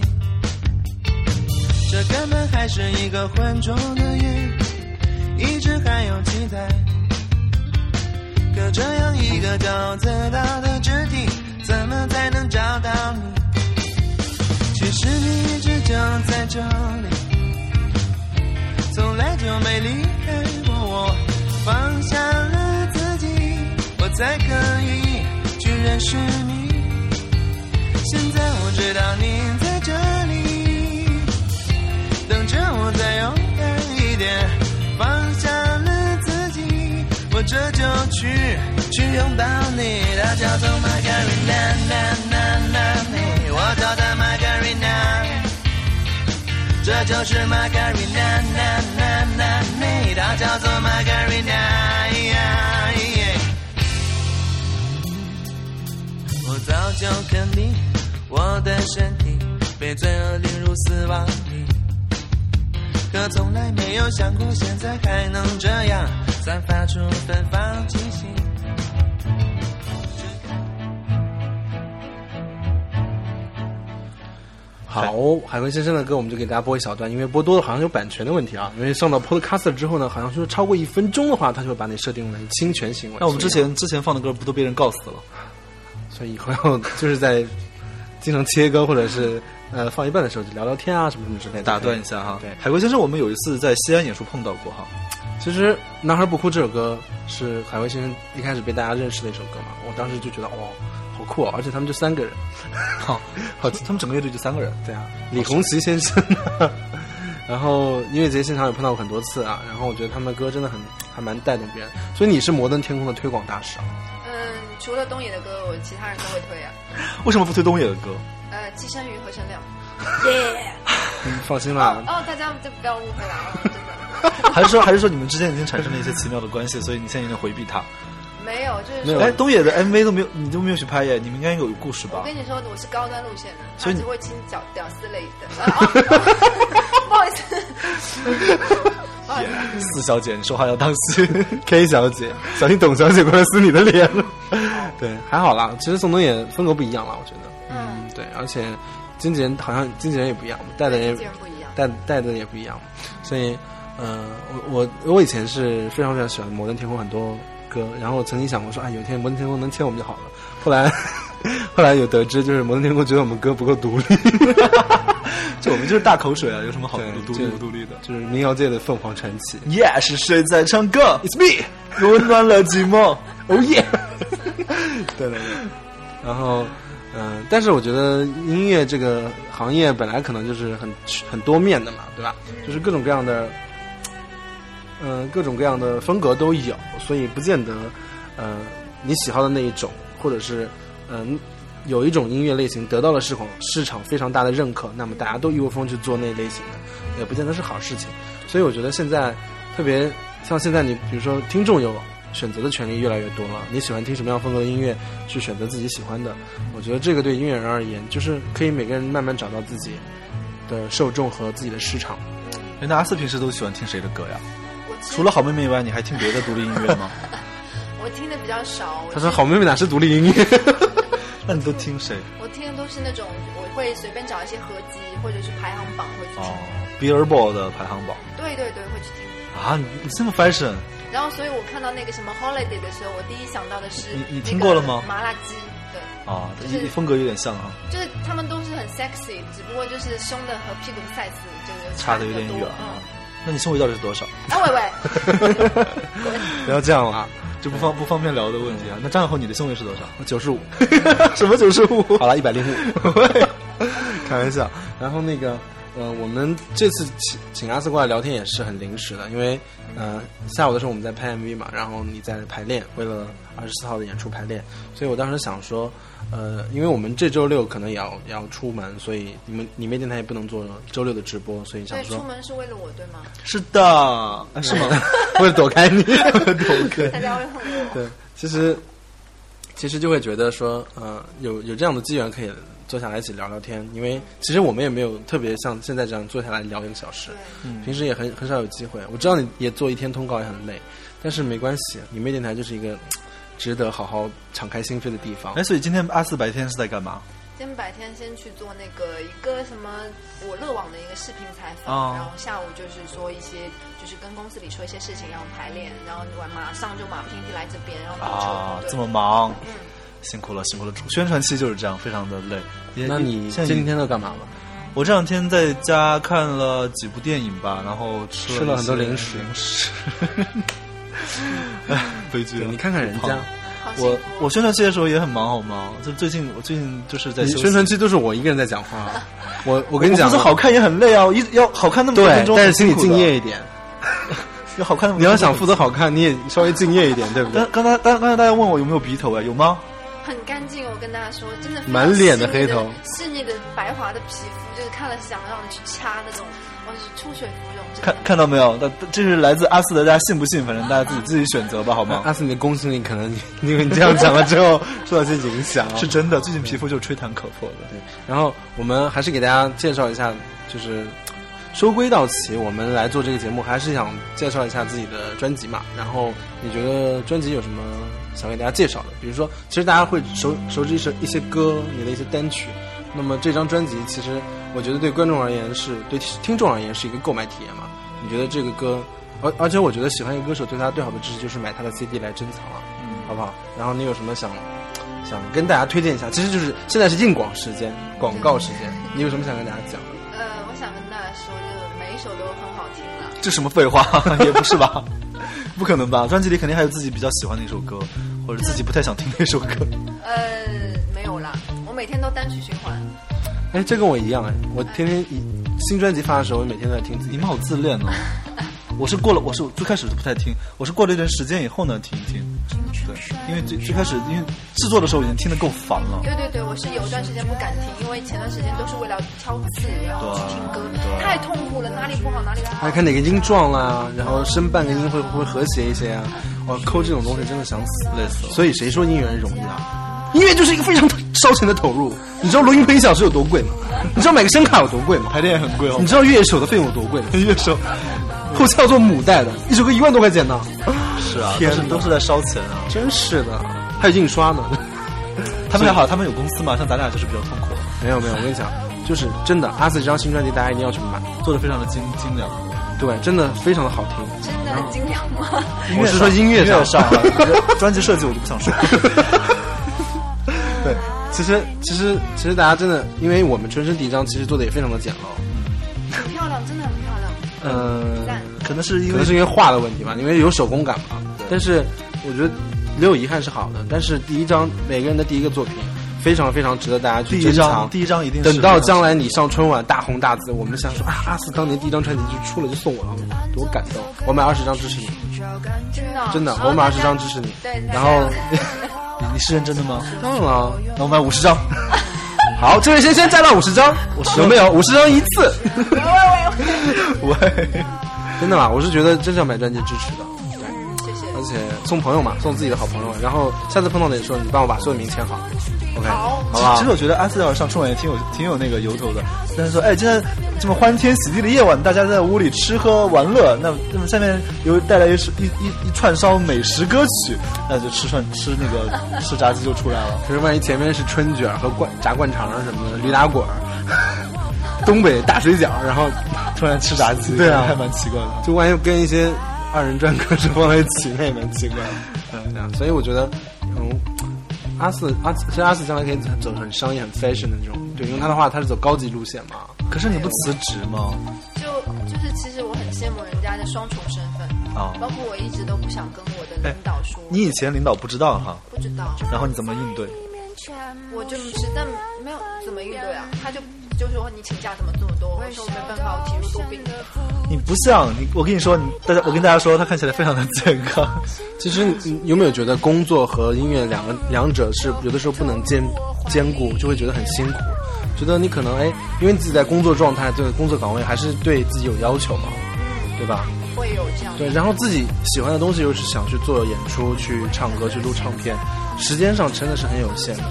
Speaker 14: 这根本还是一个浑浊的夜，一直还有期待。可这样一个骄傲自大的肢体，怎么才能找到你？其实你一直就在这里。从来就没离开过我，放下了自己，我才可以去认识你。现在我知道你在这里，等着我再勇敢一点，放下了自己，我这就去去拥抱你。大家走马卡瑞娜娜娜娜，嘿我找到马卡瑞娜。这就是玛格丽娜娜娜娜，那它叫做玛格丽娜。我早就肯定我的身体被罪恶凌辱死亡里，可从来没有想过现在还能这样散发出芬芳气息。
Speaker 2: 好，海龟先生的歌我们就给大家播一小段，因为播多了好像有版权的问题啊。因为上到 Podcast 之后呢，好像说超过一分钟的话，他就会把你设定为侵权行为。
Speaker 1: 那我们之前之前放的歌不都被人告死了？
Speaker 2: (laughs) 所以以后要就是在经常切歌或者是呃放一半的时候就聊聊天啊什么什么之类的。
Speaker 1: 哎打断一下哈，
Speaker 2: 对
Speaker 1: 海龟先生，我们有一次在西安演出碰到过
Speaker 2: (laughs)
Speaker 1: 哈。
Speaker 2: 其实《男孩不哭》这首歌是海龟先生一开始被大家认识的一首歌嘛，我当时就觉得哦，好酷啊！而且他们就三个人，好，好，
Speaker 1: 他们整个乐队就三个人，
Speaker 2: 对啊，李红旗先生，然后音乐节现场也碰到过很多次啊，然后我觉得他们的歌真的很还蛮带动别人，所以你是摩登天空的推广大使啊，
Speaker 6: 嗯，除了东野的歌，我其他人都会推啊。
Speaker 1: 为什么不推东野的歌？
Speaker 6: 呃，寄生鱼和生料。
Speaker 2: 你 (laughs) 放心啦，
Speaker 6: 哦，大家就不要误会了，哦真的。
Speaker 1: (laughs) 还是说还是说你们之间已经产生了一些奇妙的关系，所以你现在有点回避他？
Speaker 6: 没有，就是
Speaker 2: 没有
Speaker 6: 说
Speaker 1: 哎，东野的 MV 都没有，你都没有去拍耶？你们应该有故事
Speaker 6: 我
Speaker 1: 吧？
Speaker 6: 跟你说，我是高端路线的，
Speaker 1: 所
Speaker 6: 他
Speaker 1: 以你
Speaker 6: 只会亲脚屌丝类
Speaker 1: (laughs)
Speaker 6: 的。呃哦不好意思， (laughs)
Speaker 1: (laughs)
Speaker 6: 不好意思，
Speaker 1: 四小姐，你说话要当心。
Speaker 2: K 小姐，小心董小姐过来撕你的脸了。对，还好啦。其实宋冬野风格不一样啦，我觉得。
Speaker 6: 嗯，
Speaker 2: 对，而且经纪人好像经纪人也不一样，带的人
Speaker 6: 经纪人不一样
Speaker 2: 带带的也不一样，所以，呃，我我我以前是非常非常喜欢摩登天空很多歌，然后我曾经想过说，哎，有一天摩登天空能签我们就好了。后来， (laughs) 后来有得知，就是摩登天空觉得我们歌不够独立，
Speaker 1: 就我们就是大口水啊，有什么好
Speaker 2: 对
Speaker 1: 独立
Speaker 2: 就
Speaker 1: 不独立的？
Speaker 2: 就是民谣界的凤凰传奇。
Speaker 1: 耶，是谁在唱歌？It's me，温暖了寂寞。
Speaker 2: 哦耶！ (laughs) 对对对，然后，嗯、但是我觉得音乐这个行业本来可能就是很很多面的嘛，对吧？就是各种各样的，嗯、各种各样的风格都有，所以不见得，呃，你喜好的那一种，或者是，嗯、有一种音乐类型得到了市场市场非常大的认可，那么大家都一窝蜂去做那一类型的。也不见得是好事情。所以我觉得现在特别像现在你，比如说听众有选择的权利越来越多了，你喜欢听什么样风格的音乐，去选择自己喜欢的。我觉得这个对音乐人而言，就是可以每个人慢慢找到自己的受众和自己的市场。
Speaker 1: 哎，那阿四平时都喜欢听谁的歌呀？
Speaker 6: 我其实
Speaker 1: 除了好妹妹以外，你还听别的独立音乐吗？
Speaker 6: 我听的比较少，我
Speaker 2: 他说：“好妹妹哪是独立音乐？
Speaker 1: 那你都听谁？
Speaker 6: 我听的都是那种我会随便找一些合集或者是排行榜会去听，
Speaker 1: 哦，Billboard 的排行榜
Speaker 6: 对对对会去听。
Speaker 1: 啊，你你这么 fashion，
Speaker 6: 然后所以我看到那个什么 holiday 的时候，我第一想到的是
Speaker 1: 你你
Speaker 6: 那个
Speaker 1: 听过了吗
Speaker 6: 麻辣鸡，对，
Speaker 1: 啊，
Speaker 6: 就是
Speaker 1: 一风格有点像啊哈、
Speaker 6: 就是他们都是很 sexy，只不过就是胸的和屁股的 size 就是
Speaker 1: 差
Speaker 6: 的
Speaker 1: 的有点远啊
Speaker 6: 嗯，。
Speaker 1: 那你胸围到底是多少？
Speaker 6: 哎喂喂，
Speaker 1: (laughs)
Speaker 2: 不要这样啦，
Speaker 1: 这不方不方便聊的问题啊。那张小后你的胸围是多少？
Speaker 2: 九
Speaker 1: (laughs)
Speaker 2: 十五，什么九十五？
Speaker 1: 好了，一百零五。
Speaker 2: (laughs) 开玩笑。然后那个，呃，我们这次请请阿四过来聊天也是很临时的，因为呃下午的时候我们在拍 MV 嘛，然后你在排练，为了二十四号的演出排练，所以我当时想说，呃，因为我们这周六可能也要也要出门，所以你们你们电台也不能做周六的直播，所以想
Speaker 6: 对，
Speaker 2: 说
Speaker 6: 出门是为了我对吗？
Speaker 1: 是的，啊 (laughs) 是吗？
Speaker 2: 为了躲开你，躲开
Speaker 6: 大家会恨我。
Speaker 2: 对，其实其实就会觉得说，呃，有有这样的机缘可以坐下来一起聊聊天，因为其实我们也没有特别像现在这样坐下来聊一个小时，
Speaker 1: 嗯
Speaker 2: 平时也很很少有机会。我知道你也做一天通告也很累，但是没关系，你妹电台就是一个值得好好敞开心扉的地方。
Speaker 1: 哎，所以今天阿四白天是在干嘛？
Speaker 6: 今天白天先去做那个一个什么我乐网的一个视频采访，
Speaker 1: 哦
Speaker 6: 然后下午就是说一些就是跟公司里说一些事情，然后排练，然后晚马上就马不停蹄来这边，然后坐车
Speaker 1: 啊，
Speaker 6: 对
Speaker 1: 这么忙，
Speaker 6: 嗯，
Speaker 1: 辛苦了，辛苦了。宣传期就是这样，非常的累。也
Speaker 2: 那你
Speaker 1: 现在
Speaker 2: 今天都干嘛了？
Speaker 1: 我这两天在家看了几部电影吧，然后吃
Speaker 2: 吃了
Speaker 1: 一
Speaker 2: 很多
Speaker 1: 些
Speaker 2: 零食
Speaker 1: 零食。 (laughs) 哎，悲剧
Speaker 2: 对
Speaker 1: 了！
Speaker 2: 你看看人
Speaker 1: 胖
Speaker 2: 家
Speaker 1: 了，
Speaker 6: 好哦幸
Speaker 1: 我
Speaker 6: 福
Speaker 1: 我宣传期的时候也很忙，好吗？就最近我最近就是在
Speaker 2: 你
Speaker 1: 休息
Speaker 2: 宣传期都是我一个人在讲话。
Speaker 1: (laughs)
Speaker 2: 我我跟你讲啊
Speaker 1: 不，是好看也很累啊，我一直要好看那么多
Speaker 2: 对
Speaker 1: 分，钟，
Speaker 2: 但是请你
Speaker 1: 很辛苦
Speaker 2: 敬
Speaker 1: 的
Speaker 2: 业一点。
Speaker 1: 要好看那么
Speaker 2: 你
Speaker 1: 多
Speaker 2: 要
Speaker 1: 分钟
Speaker 2: 想负责好看，你也稍微敬业一点，对不对？
Speaker 1: 但刚才刚刚才大家问我有没有鼻头哎，有吗？
Speaker 6: 很干净，我跟大家说，真的非常
Speaker 2: 满脸的
Speaker 6: 细
Speaker 2: 黑
Speaker 6: 腻
Speaker 2: 头
Speaker 6: 细腻的白滑的皮肤，就是看了想让你去掐那种，我是出血芙蓉，真
Speaker 1: 看
Speaker 6: 的。
Speaker 1: 看到没有？那这是来自阿斯的，大家信不信？反正大家自己自己选择吧，好吗？
Speaker 2: 阿四，你的公信力可能 (laughs) 因为你这样讲了之后受到一些影响。
Speaker 1: 是真的，最近皮肤就吹弹可破了。
Speaker 2: 对。然后我们还是给大家介绍一下，就是收归到齐，我们来做这个节目，还是想介绍一下自己的专辑嘛。然后你觉得专辑有什么想给大家介绍的？比如说，其实大家会熟熟知一些一些歌，你的一些单曲。那么这张专辑，其实我觉得对观众而言是对听众而言是一个购买体验嘛。你觉得这个歌，而而且我觉得喜欢一个歌手，对他最好的支持就是买他的 CD 来珍藏啊，好不好？然后你有什么想想跟大家推荐一下？其实就是现在是硬广时间，广告时间，你有什么想跟大家讲？的？
Speaker 6: 呃，我想跟大家说，就是每一首都很好听啊了。
Speaker 1: 这什么废话， (laughs) 也不是吧？不可能吧？专辑里肯定还有自己比较喜欢的一首歌，或者自己不太想听的一首歌。
Speaker 6: 呃，没有啦，我每天都单曲循环。
Speaker 2: 哎，这跟我一样哎，我天天一新专辑发的时候，我每天都在听自
Speaker 1: 你
Speaker 2: 己。
Speaker 1: 们好自恋哦！我是过了，我是最开始都不太听，我是过了一段时间以后呢听一听。对，因为最最开始因为制作的时候已经听得够烦了。
Speaker 6: 对对对，我是有一段时间不敢听，因为前段时间都是为了挑刺，然后去听歌，太痛苦了，哪里不好哪里不好
Speaker 2: 还。看哪个音撞啦，然后升半个音会不会和谐一些啊？我抠这种东西真的想死，累死了。所以谁说音乐人容易啊？音乐就是一个非常烧钱的投入。你知道录音棚一小时有多贵吗？你知道买个声卡有多贵吗？
Speaker 1: 排练也很
Speaker 2: (laughs)
Speaker 1: 贵哦
Speaker 2: 你，知道乐手的费用有多贵吗？
Speaker 1: 乐手
Speaker 2: 后期要做母带的，一首歌一万多块钱呢，
Speaker 1: (laughs) 是啊，
Speaker 2: 天
Speaker 1: 都是
Speaker 2: 哪
Speaker 1: 都是在烧钱啊。
Speaker 2: 真是的。还有印刷呢。
Speaker 1: 他们还好，他们有公司嘛，像咱俩就是比较痛苦，
Speaker 2: 没有没有，我跟你讲，就是真的，阿四这张新专辑大家一定要去买，
Speaker 1: 做的非常的精精良。
Speaker 2: 对，真的非常的好听。
Speaker 6: 真的很精良吗？
Speaker 2: 我是说音乐
Speaker 1: 乐上
Speaker 2: 上
Speaker 1: 啊，
Speaker 2: (laughs)
Speaker 1: 专辑设计我就不想说。
Speaker 2: 对，其实其实其实大家真的，因为我们春生第一张其实做的也非常的简陋，
Speaker 6: 很漂亮，真的很漂亮。
Speaker 2: 嗯、
Speaker 6: 赞
Speaker 1: 可能是因
Speaker 2: 可
Speaker 1: 为
Speaker 2: 能是因为画的问题吧，因为有手工感嘛。但是我觉得留有遗憾是好的，但是第一张每个人的第一个作品非常非常值得大家去
Speaker 1: 第一
Speaker 2: 珍藏
Speaker 1: 张，。第一张一定是
Speaker 2: 等到将来你上春晚大红大紫，我们想说 (laughs) 啊，阿四当年第一张专辑就出了就送我了，多感动！我买二十张支持你，
Speaker 6: 真的
Speaker 2: 真的，
Speaker 6: 然后
Speaker 2: 我买二
Speaker 6: 大
Speaker 2: 十
Speaker 6: 家
Speaker 2: 张支持你
Speaker 6: 对，。
Speaker 2: 然后
Speaker 6: 大家 (laughs)
Speaker 1: 你你是认真的吗？
Speaker 2: 当然了，啊
Speaker 1: 那我买五十张，
Speaker 2: 好，这位先生占到五十张，有没有？五十张一次， (laughs)
Speaker 1: (laughs) 喂，
Speaker 2: 真的啦，我是觉得真是要买专辑支持的。
Speaker 6: 谢谢。
Speaker 2: 而且送朋友嘛，送自己的好朋友。然后下次碰到你的时候，你帮我把所有名签好，OK，
Speaker 6: 好
Speaker 2: 好吧
Speaker 1: 其实？我觉得阿斯要上春晚也挺有挺有那个由头的。但是说，哎，今天这么欢天喜地的夜晚，大家在屋里吃喝玩乐，那那么下面又带来一首一一一串烧美食歌曲，那就吃串吃那个吃炸鸡就出来了。 (laughs)
Speaker 2: 可是万一前面是春卷和灌炸灌肠什么的，驴打滚儿， (laughs) 东北大水饺，然后
Speaker 1: 突然吃炸鸡，
Speaker 2: 对啊
Speaker 1: 还蛮奇怪的。
Speaker 2: 就万一跟一些二人转歌手放在一起，那也蛮奇怪的。对啊，所以我觉得，嗯，阿四阿四，其实阿四将来可以走很商业、很 fashion 的那种。对，用他的话，他是走高级路线嘛。
Speaker 1: 可是你不辞职吗？
Speaker 6: 就就是，其实我很羡慕人家的双重身份，
Speaker 1: 啊
Speaker 2: 哦
Speaker 6: 包括我一直都不想跟我的领导
Speaker 2: 哎
Speaker 6: 说，
Speaker 1: 你以前领导不知道哈，
Speaker 6: 不知道，
Speaker 1: 然后你怎么应对？
Speaker 6: 我就实在没有怎么应对啊，他就就说你请假怎么这么多，我说我没办法，我体弱多病，
Speaker 1: 你不像你，我跟你说，你大家，我跟大家说，他看起来非常的健康。
Speaker 2: 其实你有没有觉得工作和音乐两个两者是有的时候不能兼兼顾，就会觉得很辛苦，觉得你可能哎，因为你自己在工作状态、对工作岗位还是对自己有要求嘛，对吧？
Speaker 6: 会有这样的
Speaker 2: 对，然后自己喜欢的东西又是想去做演出、去唱歌、去录唱片，时间上真的是很有限的。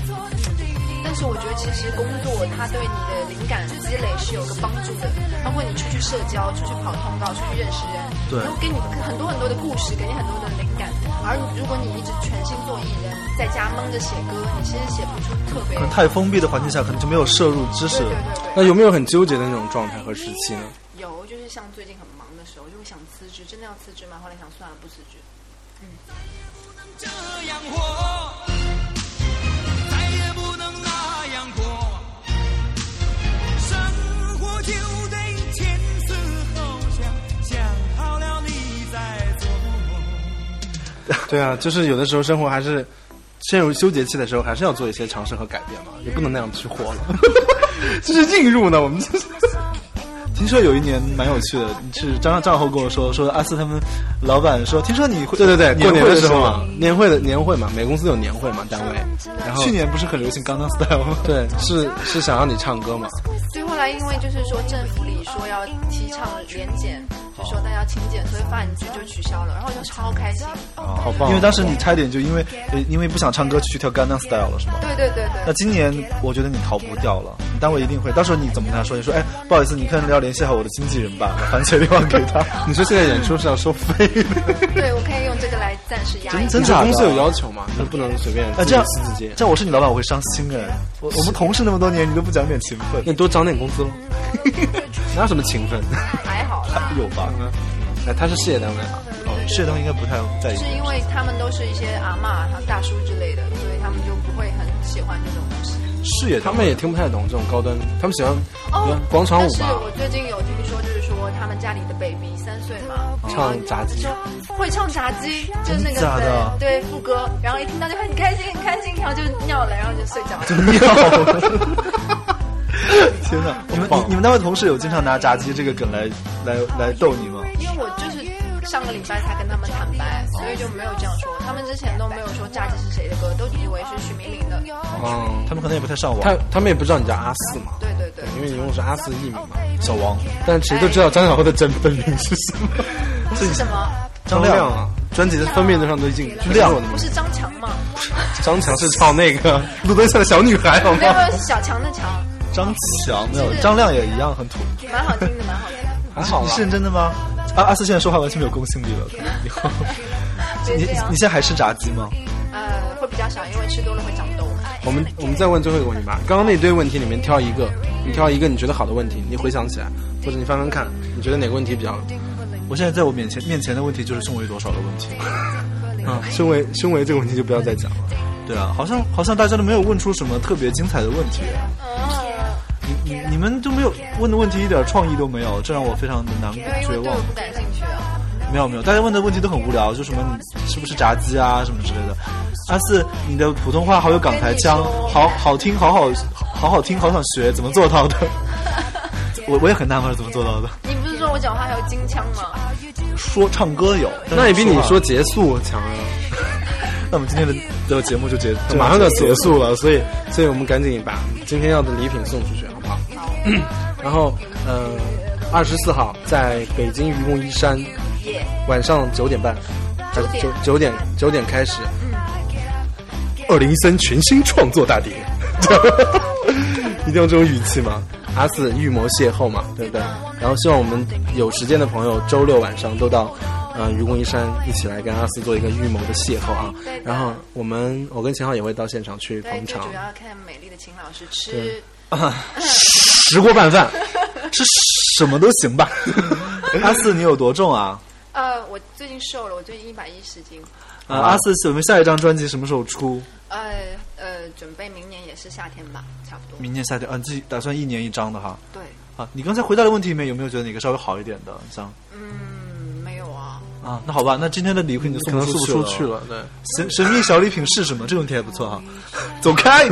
Speaker 6: 但是我觉得其实工作它对你的灵感积累是有个帮助的，包括你出去社交、出去跑通告、出去认识人，
Speaker 1: 对
Speaker 6: 然后给你很多很多的故事，给你很多的灵感。而如果你一直全心做艺人，在家蒙着写歌，你其实写不出特别
Speaker 1: 可能 (laughs) 太封闭的环境下，可能就没有摄入知识
Speaker 6: 对。对对对
Speaker 2: 那有没有很纠结的那种状态和时期呢？
Speaker 6: 有，就是像最近很忙的时候，就会想辞职，真的要辞职吗？后来想算了，不辞职。
Speaker 14: 这样活，再也不能那样过。生活就得前思后想，想好了你再做。
Speaker 2: 对啊，就是有的时候生活还是陷入纠结期的时候，还是要做一些尝试和改变嘛，也不能那样去活了。这是硬入呢，我们这是。
Speaker 1: 听说有一年蛮有趣的，是张张浩跟我说，说阿四他们呃老板说，听说你会
Speaker 2: 对对对，过年
Speaker 1: 会
Speaker 2: 的
Speaker 1: 时
Speaker 2: 时候
Speaker 1: 啊
Speaker 2: 嘛，，年会的年会嘛，每公司有年会嘛，单位。然后
Speaker 1: 去年不是很流行《Gangnam Style》吗？
Speaker 2: 对是是想让你唱歌嘛，
Speaker 6: 所以后来因为就是说政府里说要提倡联检，就说大家勤检，所以饭局就取消了，然后我就超开心。
Speaker 2: 好棒！
Speaker 1: 因为当时你差一点就因为呃因为不想唱歌去跳《Gangnam Style》了，是吗？
Speaker 6: 对对对对
Speaker 1: 那。今年我觉得你逃不掉了，你单位一定会。到时候你怎么跟他说？你说，哎，不好意思，你看要联系好我的经纪人吧，把番茄电话给 (laughs) 他。
Speaker 2: 你说现在演出是要收费的，
Speaker 6: 对，我可以用这个来暂时压抑。
Speaker 1: 真
Speaker 2: 你说
Speaker 1: 假的
Speaker 2: 公司有要求嘛，就不能随便
Speaker 1: 啊，这样
Speaker 2: 私自接。
Speaker 1: 这样我是你老板，我会伤心哎。我我们同事那么多年，你都不讲点情分
Speaker 2: 那，你多涨点工资喽， (laughs) 哪有什么情
Speaker 1: (laughs)
Speaker 2: 分？
Speaker 6: 还好啦，
Speaker 1: 有吧？
Speaker 2: 哎，他是事业单位啊，
Speaker 1: 哦，事业单位应该不太在意
Speaker 6: 是。因为他们都是一些阿嬷、还有大叔之类的，所以他们就不会很喜欢这种东西。
Speaker 1: 事业
Speaker 2: 他
Speaker 1: 单位
Speaker 2: 们也听不太懂这种高端，他们喜欢
Speaker 6: 哦，
Speaker 2: 广场舞
Speaker 6: 但是
Speaker 2: 吧
Speaker 6: 我，最近有听说，就是说他们家里的 baby 三岁嘛，
Speaker 2: 唱炸鸡。
Speaker 6: 会唱炸鸡，就是那个
Speaker 1: 真的假的
Speaker 6: 对对副歌，然后一听到就很开心很开心，然后就尿了，然后就睡着了。
Speaker 1: (laughs) 天哪！你们你你们单位同事有经常拿炸鸡这个梗来来来逗你吗？
Speaker 6: 因为我就是上个礼拜才跟他们坦白，所以就没有这样说。他们之前都没有说炸鸡是谁的歌，都以为是许明玲的。
Speaker 2: 嗯，
Speaker 1: 他们可能也不太上
Speaker 2: 他
Speaker 1: 网。
Speaker 2: 他们也不知道你叫阿四嘛，
Speaker 6: 对对对，
Speaker 2: 因为你用的是阿四艺名嘛，
Speaker 1: 小王，
Speaker 2: 但谁都知道张小厚的真本名是什么，
Speaker 6: 不是什么，
Speaker 1: 张
Speaker 2: 亮
Speaker 1: 亮
Speaker 2: 啊，专辑的封面上都已经
Speaker 1: 亮
Speaker 2: 我的
Speaker 6: 不
Speaker 2: 名字
Speaker 6: 是张强吗？
Speaker 2: 张强是唱那个 (laughs) 路灯下的小女孩，好
Speaker 6: 没有没
Speaker 2: 吗？
Speaker 6: 有，是小强的强，
Speaker 1: 张强没有，张亮也一样很土。
Speaker 6: 蛮好听的，蛮好听的。
Speaker 2: 还好
Speaker 1: 你
Speaker 2: 吧
Speaker 1: 是。认真的吗？阿阿四现在说话完全没有公信力了。以后
Speaker 6: 别
Speaker 1: 你
Speaker 6: 这样
Speaker 1: 你现在还吃炸鸡吗？
Speaker 6: 啊呃，会比较少，因为吃多了会长痘。
Speaker 2: 我们我们再问最后一个问题吧。刚刚那堆问题里面挑一个，你挑一个你觉得好的问题，你回想起来，或者你翻翻看，你觉得哪个问题比较
Speaker 1: 我现在在我面前面前的问题就是胸围多少的问题。
Speaker 2: 啊？胸围胸围这个问题就不要再讲了。
Speaker 1: 对啊，好像好像大家都没有问出什么特别精彩的问题。
Speaker 6: 嗯，
Speaker 1: 你你你们都没有问的问题一点创意都没有，这让我非常的难
Speaker 6: 因为因为
Speaker 1: 绝
Speaker 6: 对
Speaker 1: 望
Speaker 6: 我。不感兴趣啊。
Speaker 1: 没有没有，大家问的问题都很无聊，就什么你吃不吃炸鸡啊什么之类的。阿四，你的普通话好有港台腔，
Speaker 6: 我跟你说
Speaker 1: 好好听，好好好好听，好想学，怎么做到
Speaker 2: (laughs)
Speaker 1: 的？我我也很纳闷怎么做到的。
Speaker 6: 你不是说我讲话还有金腔吗？
Speaker 1: 说唱歌有，但是
Speaker 2: 那也比你
Speaker 1: 话
Speaker 2: 啊说结束强啊！
Speaker 1: 那我们今天的的节目就结，就
Speaker 2: 马上就要结束了，所以，所以我们赶紧把今天要的礼品送出去，好不好？ (clears throat) 然后，呃，二十四号在北京愚公移山，
Speaker 6: 耶，
Speaker 2: 晚上九点半，呃
Speaker 6: 9点嗯
Speaker 2: 九九点九点开始， (laughs) 二零一三全新创作大典，
Speaker 6: 哦
Speaker 2: (laughs) 一定要这种语气吗？阿四预谋邂逅嘛，对不对？然后希望我们有时间的朋友，周六晚上都到，呃，愚公移山一起来跟阿四做一个预谋的邂逅啊。然后我们，我跟秦昊也会到现场去
Speaker 6: 对，
Speaker 2: 捧
Speaker 6: 最
Speaker 2: 场
Speaker 6: 主，要看美丽的秦老师
Speaker 2: 对
Speaker 6: 吃
Speaker 2: 石锅拌饭，
Speaker 1: (laughs) 是什么都行
Speaker 2: (laughs)
Speaker 1: 吧。阿四，你有多重啊？
Speaker 6: 呃，我最近瘦了，我最近一百一十斤。
Speaker 1: 啊，阿四，我们下一张专辑什么时候出？
Speaker 6: 呃呃，准备明年也是夏天吧，差不多。
Speaker 1: 明年夏天啊，你自己打算一年一张的哈。
Speaker 6: 对，
Speaker 1: 啊，你刚才回答的问题里面有没有觉得哪个稍微好一点的？像
Speaker 6: 嗯，没有啊，
Speaker 1: 啊，那好吧，那今天的礼品你就
Speaker 2: 可
Speaker 1: 送
Speaker 2: 能
Speaker 1: 不
Speaker 2: 送不
Speaker 1: 出
Speaker 2: 出
Speaker 1: 去
Speaker 2: 去。了，对。
Speaker 1: 神神秘小礼品是什么？这个问题还不错哈。走开。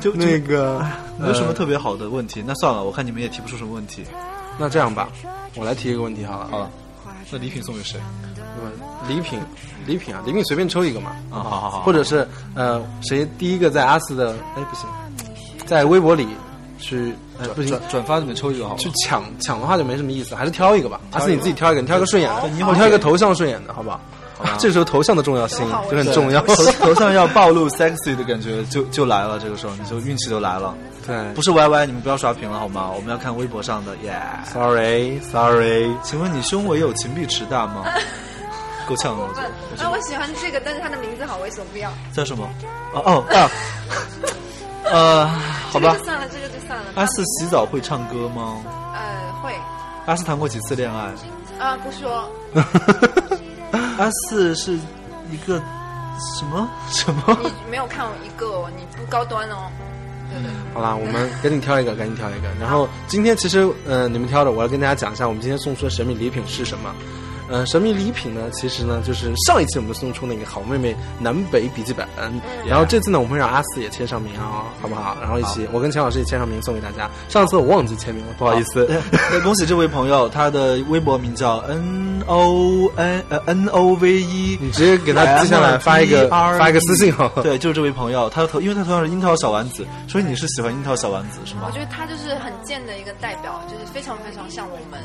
Speaker 1: 就就
Speaker 2: 那个，
Speaker 1: 没有什么特别好的问题，那算了，我看你们也提不出什么问题。
Speaker 2: (laughs) 那这样吧，我来提一个问题好了。
Speaker 1: 好了，那礼品送给谁？
Speaker 2: 那么礼品，礼品啊，礼品随便抽一个嘛。
Speaker 1: 啊，好好好，
Speaker 2: 或者是呃，谁第一个在阿四的哎不行，在微博里去呃不行
Speaker 1: 转转发里面抽一个好吗？
Speaker 2: 去抢抢的话就没什么意思，还是挑一个吧。阿四你自己挑一个，你挑一个顺眼的，
Speaker 1: 对
Speaker 2: 你
Speaker 1: 你一会儿
Speaker 2: 挑一个头像顺眼的，好不好？这时候头像的重要性就很重要。
Speaker 1: 头头上要暴露 sexy 的感觉就就来了，这个时候你就运气就来了。
Speaker 2: (laughs) 对
Speaker 1: 不是 YY，你们不要刷屏了好吗？我们要看微博上的耶。
Speaker 2: ，sorry sorry，
Speaker 1: 请问你胸围有秦碧池大
Speaker 2: (laughs)
Speaker 1: 吗？够呛了，我觉得。我觉得
Speaker 6: 啊，我喜欢这个，但是它的名字好猥琐，不要。
Speaker 1: 叫什么？哦哦
Speaker 2: (laughs)
Speaker 1: 啊，呃，好
Speaker 6: 这个
Speaker 1: 吧
Speaker 6: 就。算了，这个就算了。
Speaker 1: 阿四洗澡会唱歌吗？
Speaker 6: 呃，会
Speaker 1: 阿四谈过几次恋爱？
Speaker 6: 啊，不说，
Speaker 1: 阿四是一个什么什么？
Speaker 6: 你没有看我一个哦，你不高端哦。
Speaker 2: 好啦，我们赶紧挑一个，赶紧挑一个。然后今天其实，呃，你们挑的，我要跟大家讲一下，我们今天送出的神秘礼品是什么。呃，神秘礼品呢，其实呢就是上一期我们送出那个好妹妹南北笔记本，然后这次呢我们会让阿四也签上名啊、好不好？然后一起，我跟钱老师也签上名送给大家。上次我忘记签名了，不好意思。
Speaker 1: 那恭喜这位朋友，他的微博名叫 N O N 呃 N O V E 一，
Speaker 2: 你直接给他接下来发一个
Speaker 1: MTR
Speaker 2: 发一个私信哈。
Speaker 1: E 对，就是这位朋友，他头因为他头上是樱桃小丸子，所以你是喜欢樱桃小丸子是
Speaker 6: 我
Speaker 1: 吗
Speaker 6: 觉？得他就是很贱的一个代表，就是非常非常像我们。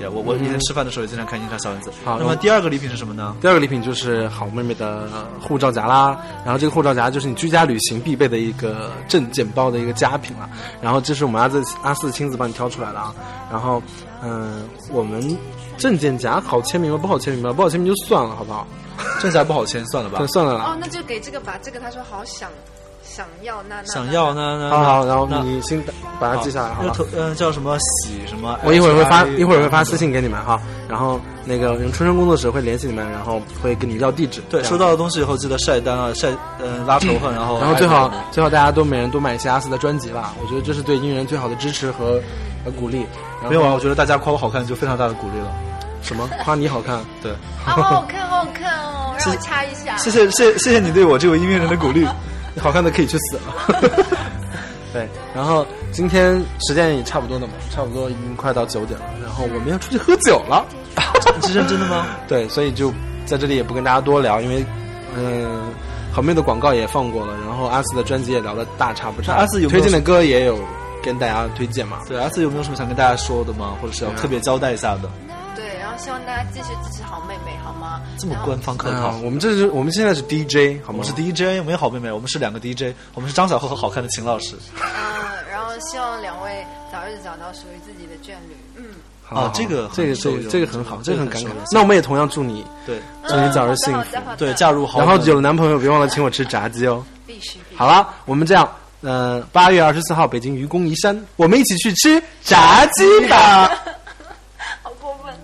Speaker 1: 也、我我以前吃饭的时候也经常看樱桃小丸子。
Speaker 2: 好
Speaker 1: 那么第二个礼品是什么呢？
Speaker 2: 第二个礼品就是好妹妹的护照夹啦，然后这个护照夹就是你居家旅行必备的一个证件包的一个佳品了。然后这是我们阿四阿四亲自帮你挑出来的啊。然后，嗯、我们证件夹好签名吗？不好签名吗？不好签名就算了，好不好？
Speaker 1: 剩下不好签，算了吧
Speaker 2: 那。算了啦。
Speaker 6: 哦，那就给这个吧，这个他说好想想要，那那
Speaker 1: 想要呢？哦那
Speaker 2: 好好，然后
Speaker 1: 那
Speaker 2: 你先把它记下来，好
Speaker 1: 那
Speaker 2: 吧
Speaker 1: 个？头嗯、叫什么喜什么？
Speaker 2: 我一会儿会发，一会儿会发私。信给你们哈。然后那个我们春生工作室会联系你们，然后会跟你要地址。
Speaker 1: 对，
Speaker 2: 这样
Speaker 1: 收到的东西以后记得晒单啊，晒嗯、拉仇恨，然后
Speaker 2: 然后最好最好大家都每人多买一些阿斯的专辑吧，我觉得这是对音乐人最好的支持和和鼓励。然后
Speaker 1: 没有啊，我觉得大家夸我好看就非常大的鼓励了。
Speaker 2: 什么夸你好看，
Speaker 1: (laughs) 对，
Speaker 6: 啊，好好看，好好看
Speaker 1: (laughs)
Speaker 6: 哦，让我插一下。
Speaker 1: 谢谢谢谢谢你对我这位音乐人的鼓励。 (laughs)
Speaker 2: 好看的可以去死了。 (laughs) 对，然后今天时间也差不多了嘛，差不多已经快到九点了，然后我们要出去喝酒了。
Speaker 1: 你是认真的吗？
Speaker 2: (laughs) 对，所以就在这里也不跟大家多聊，因为嗯、好妹的广告也放过了，然后阿斯的专辑也聊的大差不差。
Speaker 1: 那阿斯有没有
Speaker 2: 推荐的歌也有跟大家推荐嘛？
Speaker 1: (laughs) 对，阿四有没有什么想跟大家说的吗？或者是要特别交代一下的？
Speaker 6: 对，然后希望大家继续支持好妹妹，好吗？
Speaker 1: 这么
Speaker 6: 然后
Speaker 1: 官方客
Speaker 2: 嗯、
Speaker 1: 套。
Speaker 2: 我们这是我们现在是 DJ 好
Speaker 1: 我们
Speaker 2: 吗？
Speaker 1: 是 DJ，我们有好妹妹，我们是两个 DJ，我们是张小厚和好看的秦老师
Speaker 6: 嗯，然后希望两位早日找到属于自己的眷侣。嗯，
Speaker 2: 好
Speaker 1: 啊，这个
Speaker 2: 这个
Speaker 1: 很
Speaker 2: 这
Speaker 1: 受
Speaker 2: 个
Speaker 1: 用
Speaker 2: 这个很好，
Speaker 1: 这
Speaker 2: 这
Speaker 1: 个
Speaker 2: 个
Speaker 1: 很
Speaker 2: 很感
Speaker 1: 受
Speaker 2: 慨
Speaker 1: 用。
Speaker 2: 那我们也同样祝你，
Speaker 1: 对
Speaker 2: 祝你早日幸
Speaker 6: 嗯好
Speaker 2: 福
Speaker 6: 的，好的，
Speaker 1: 对，嫁入豪
Speaker 2: 然
Speaker 1: 门。
Speaker 2: 后有了男朋友别忘了请我吃炸鸡哦。
Speaker 6: 必须必须。
Speaker 2: 好了，我们这样，呃，八月二十四号北京愚公移山，我们一起去吃炸鸡吧。
Speaker 6: 好过分。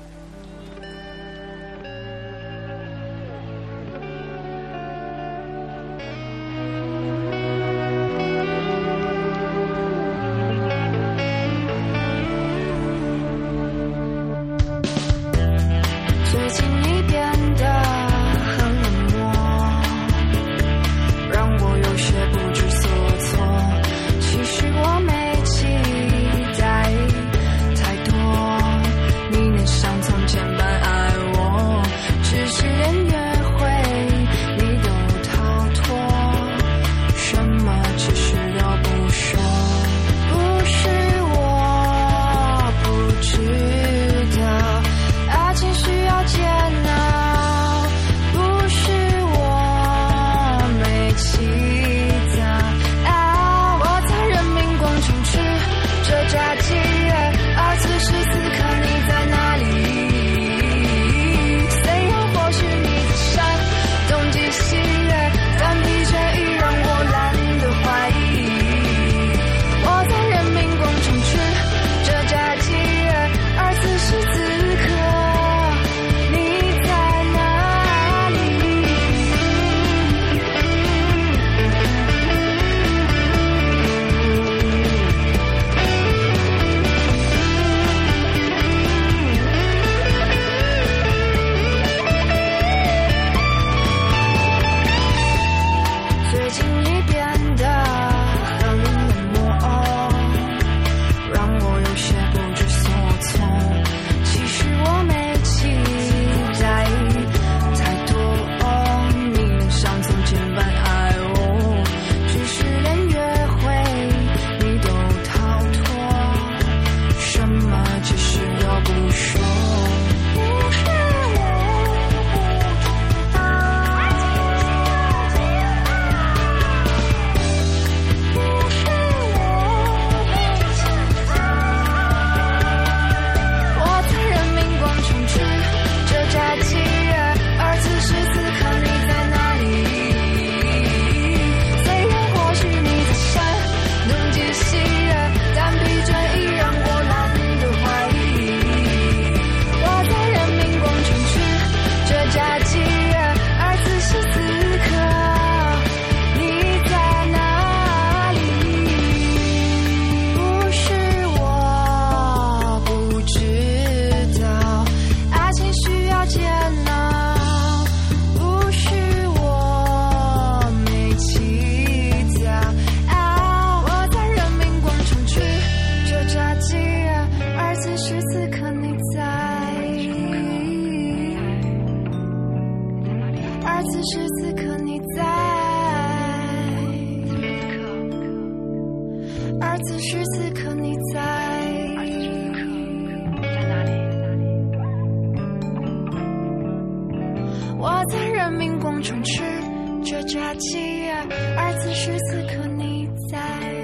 Speaker 9: 最近你变得很冷漠，让我有些不知所措。其实我没期待太多，啊在人民广场吃着炸鸡呀、而此时此刻你在。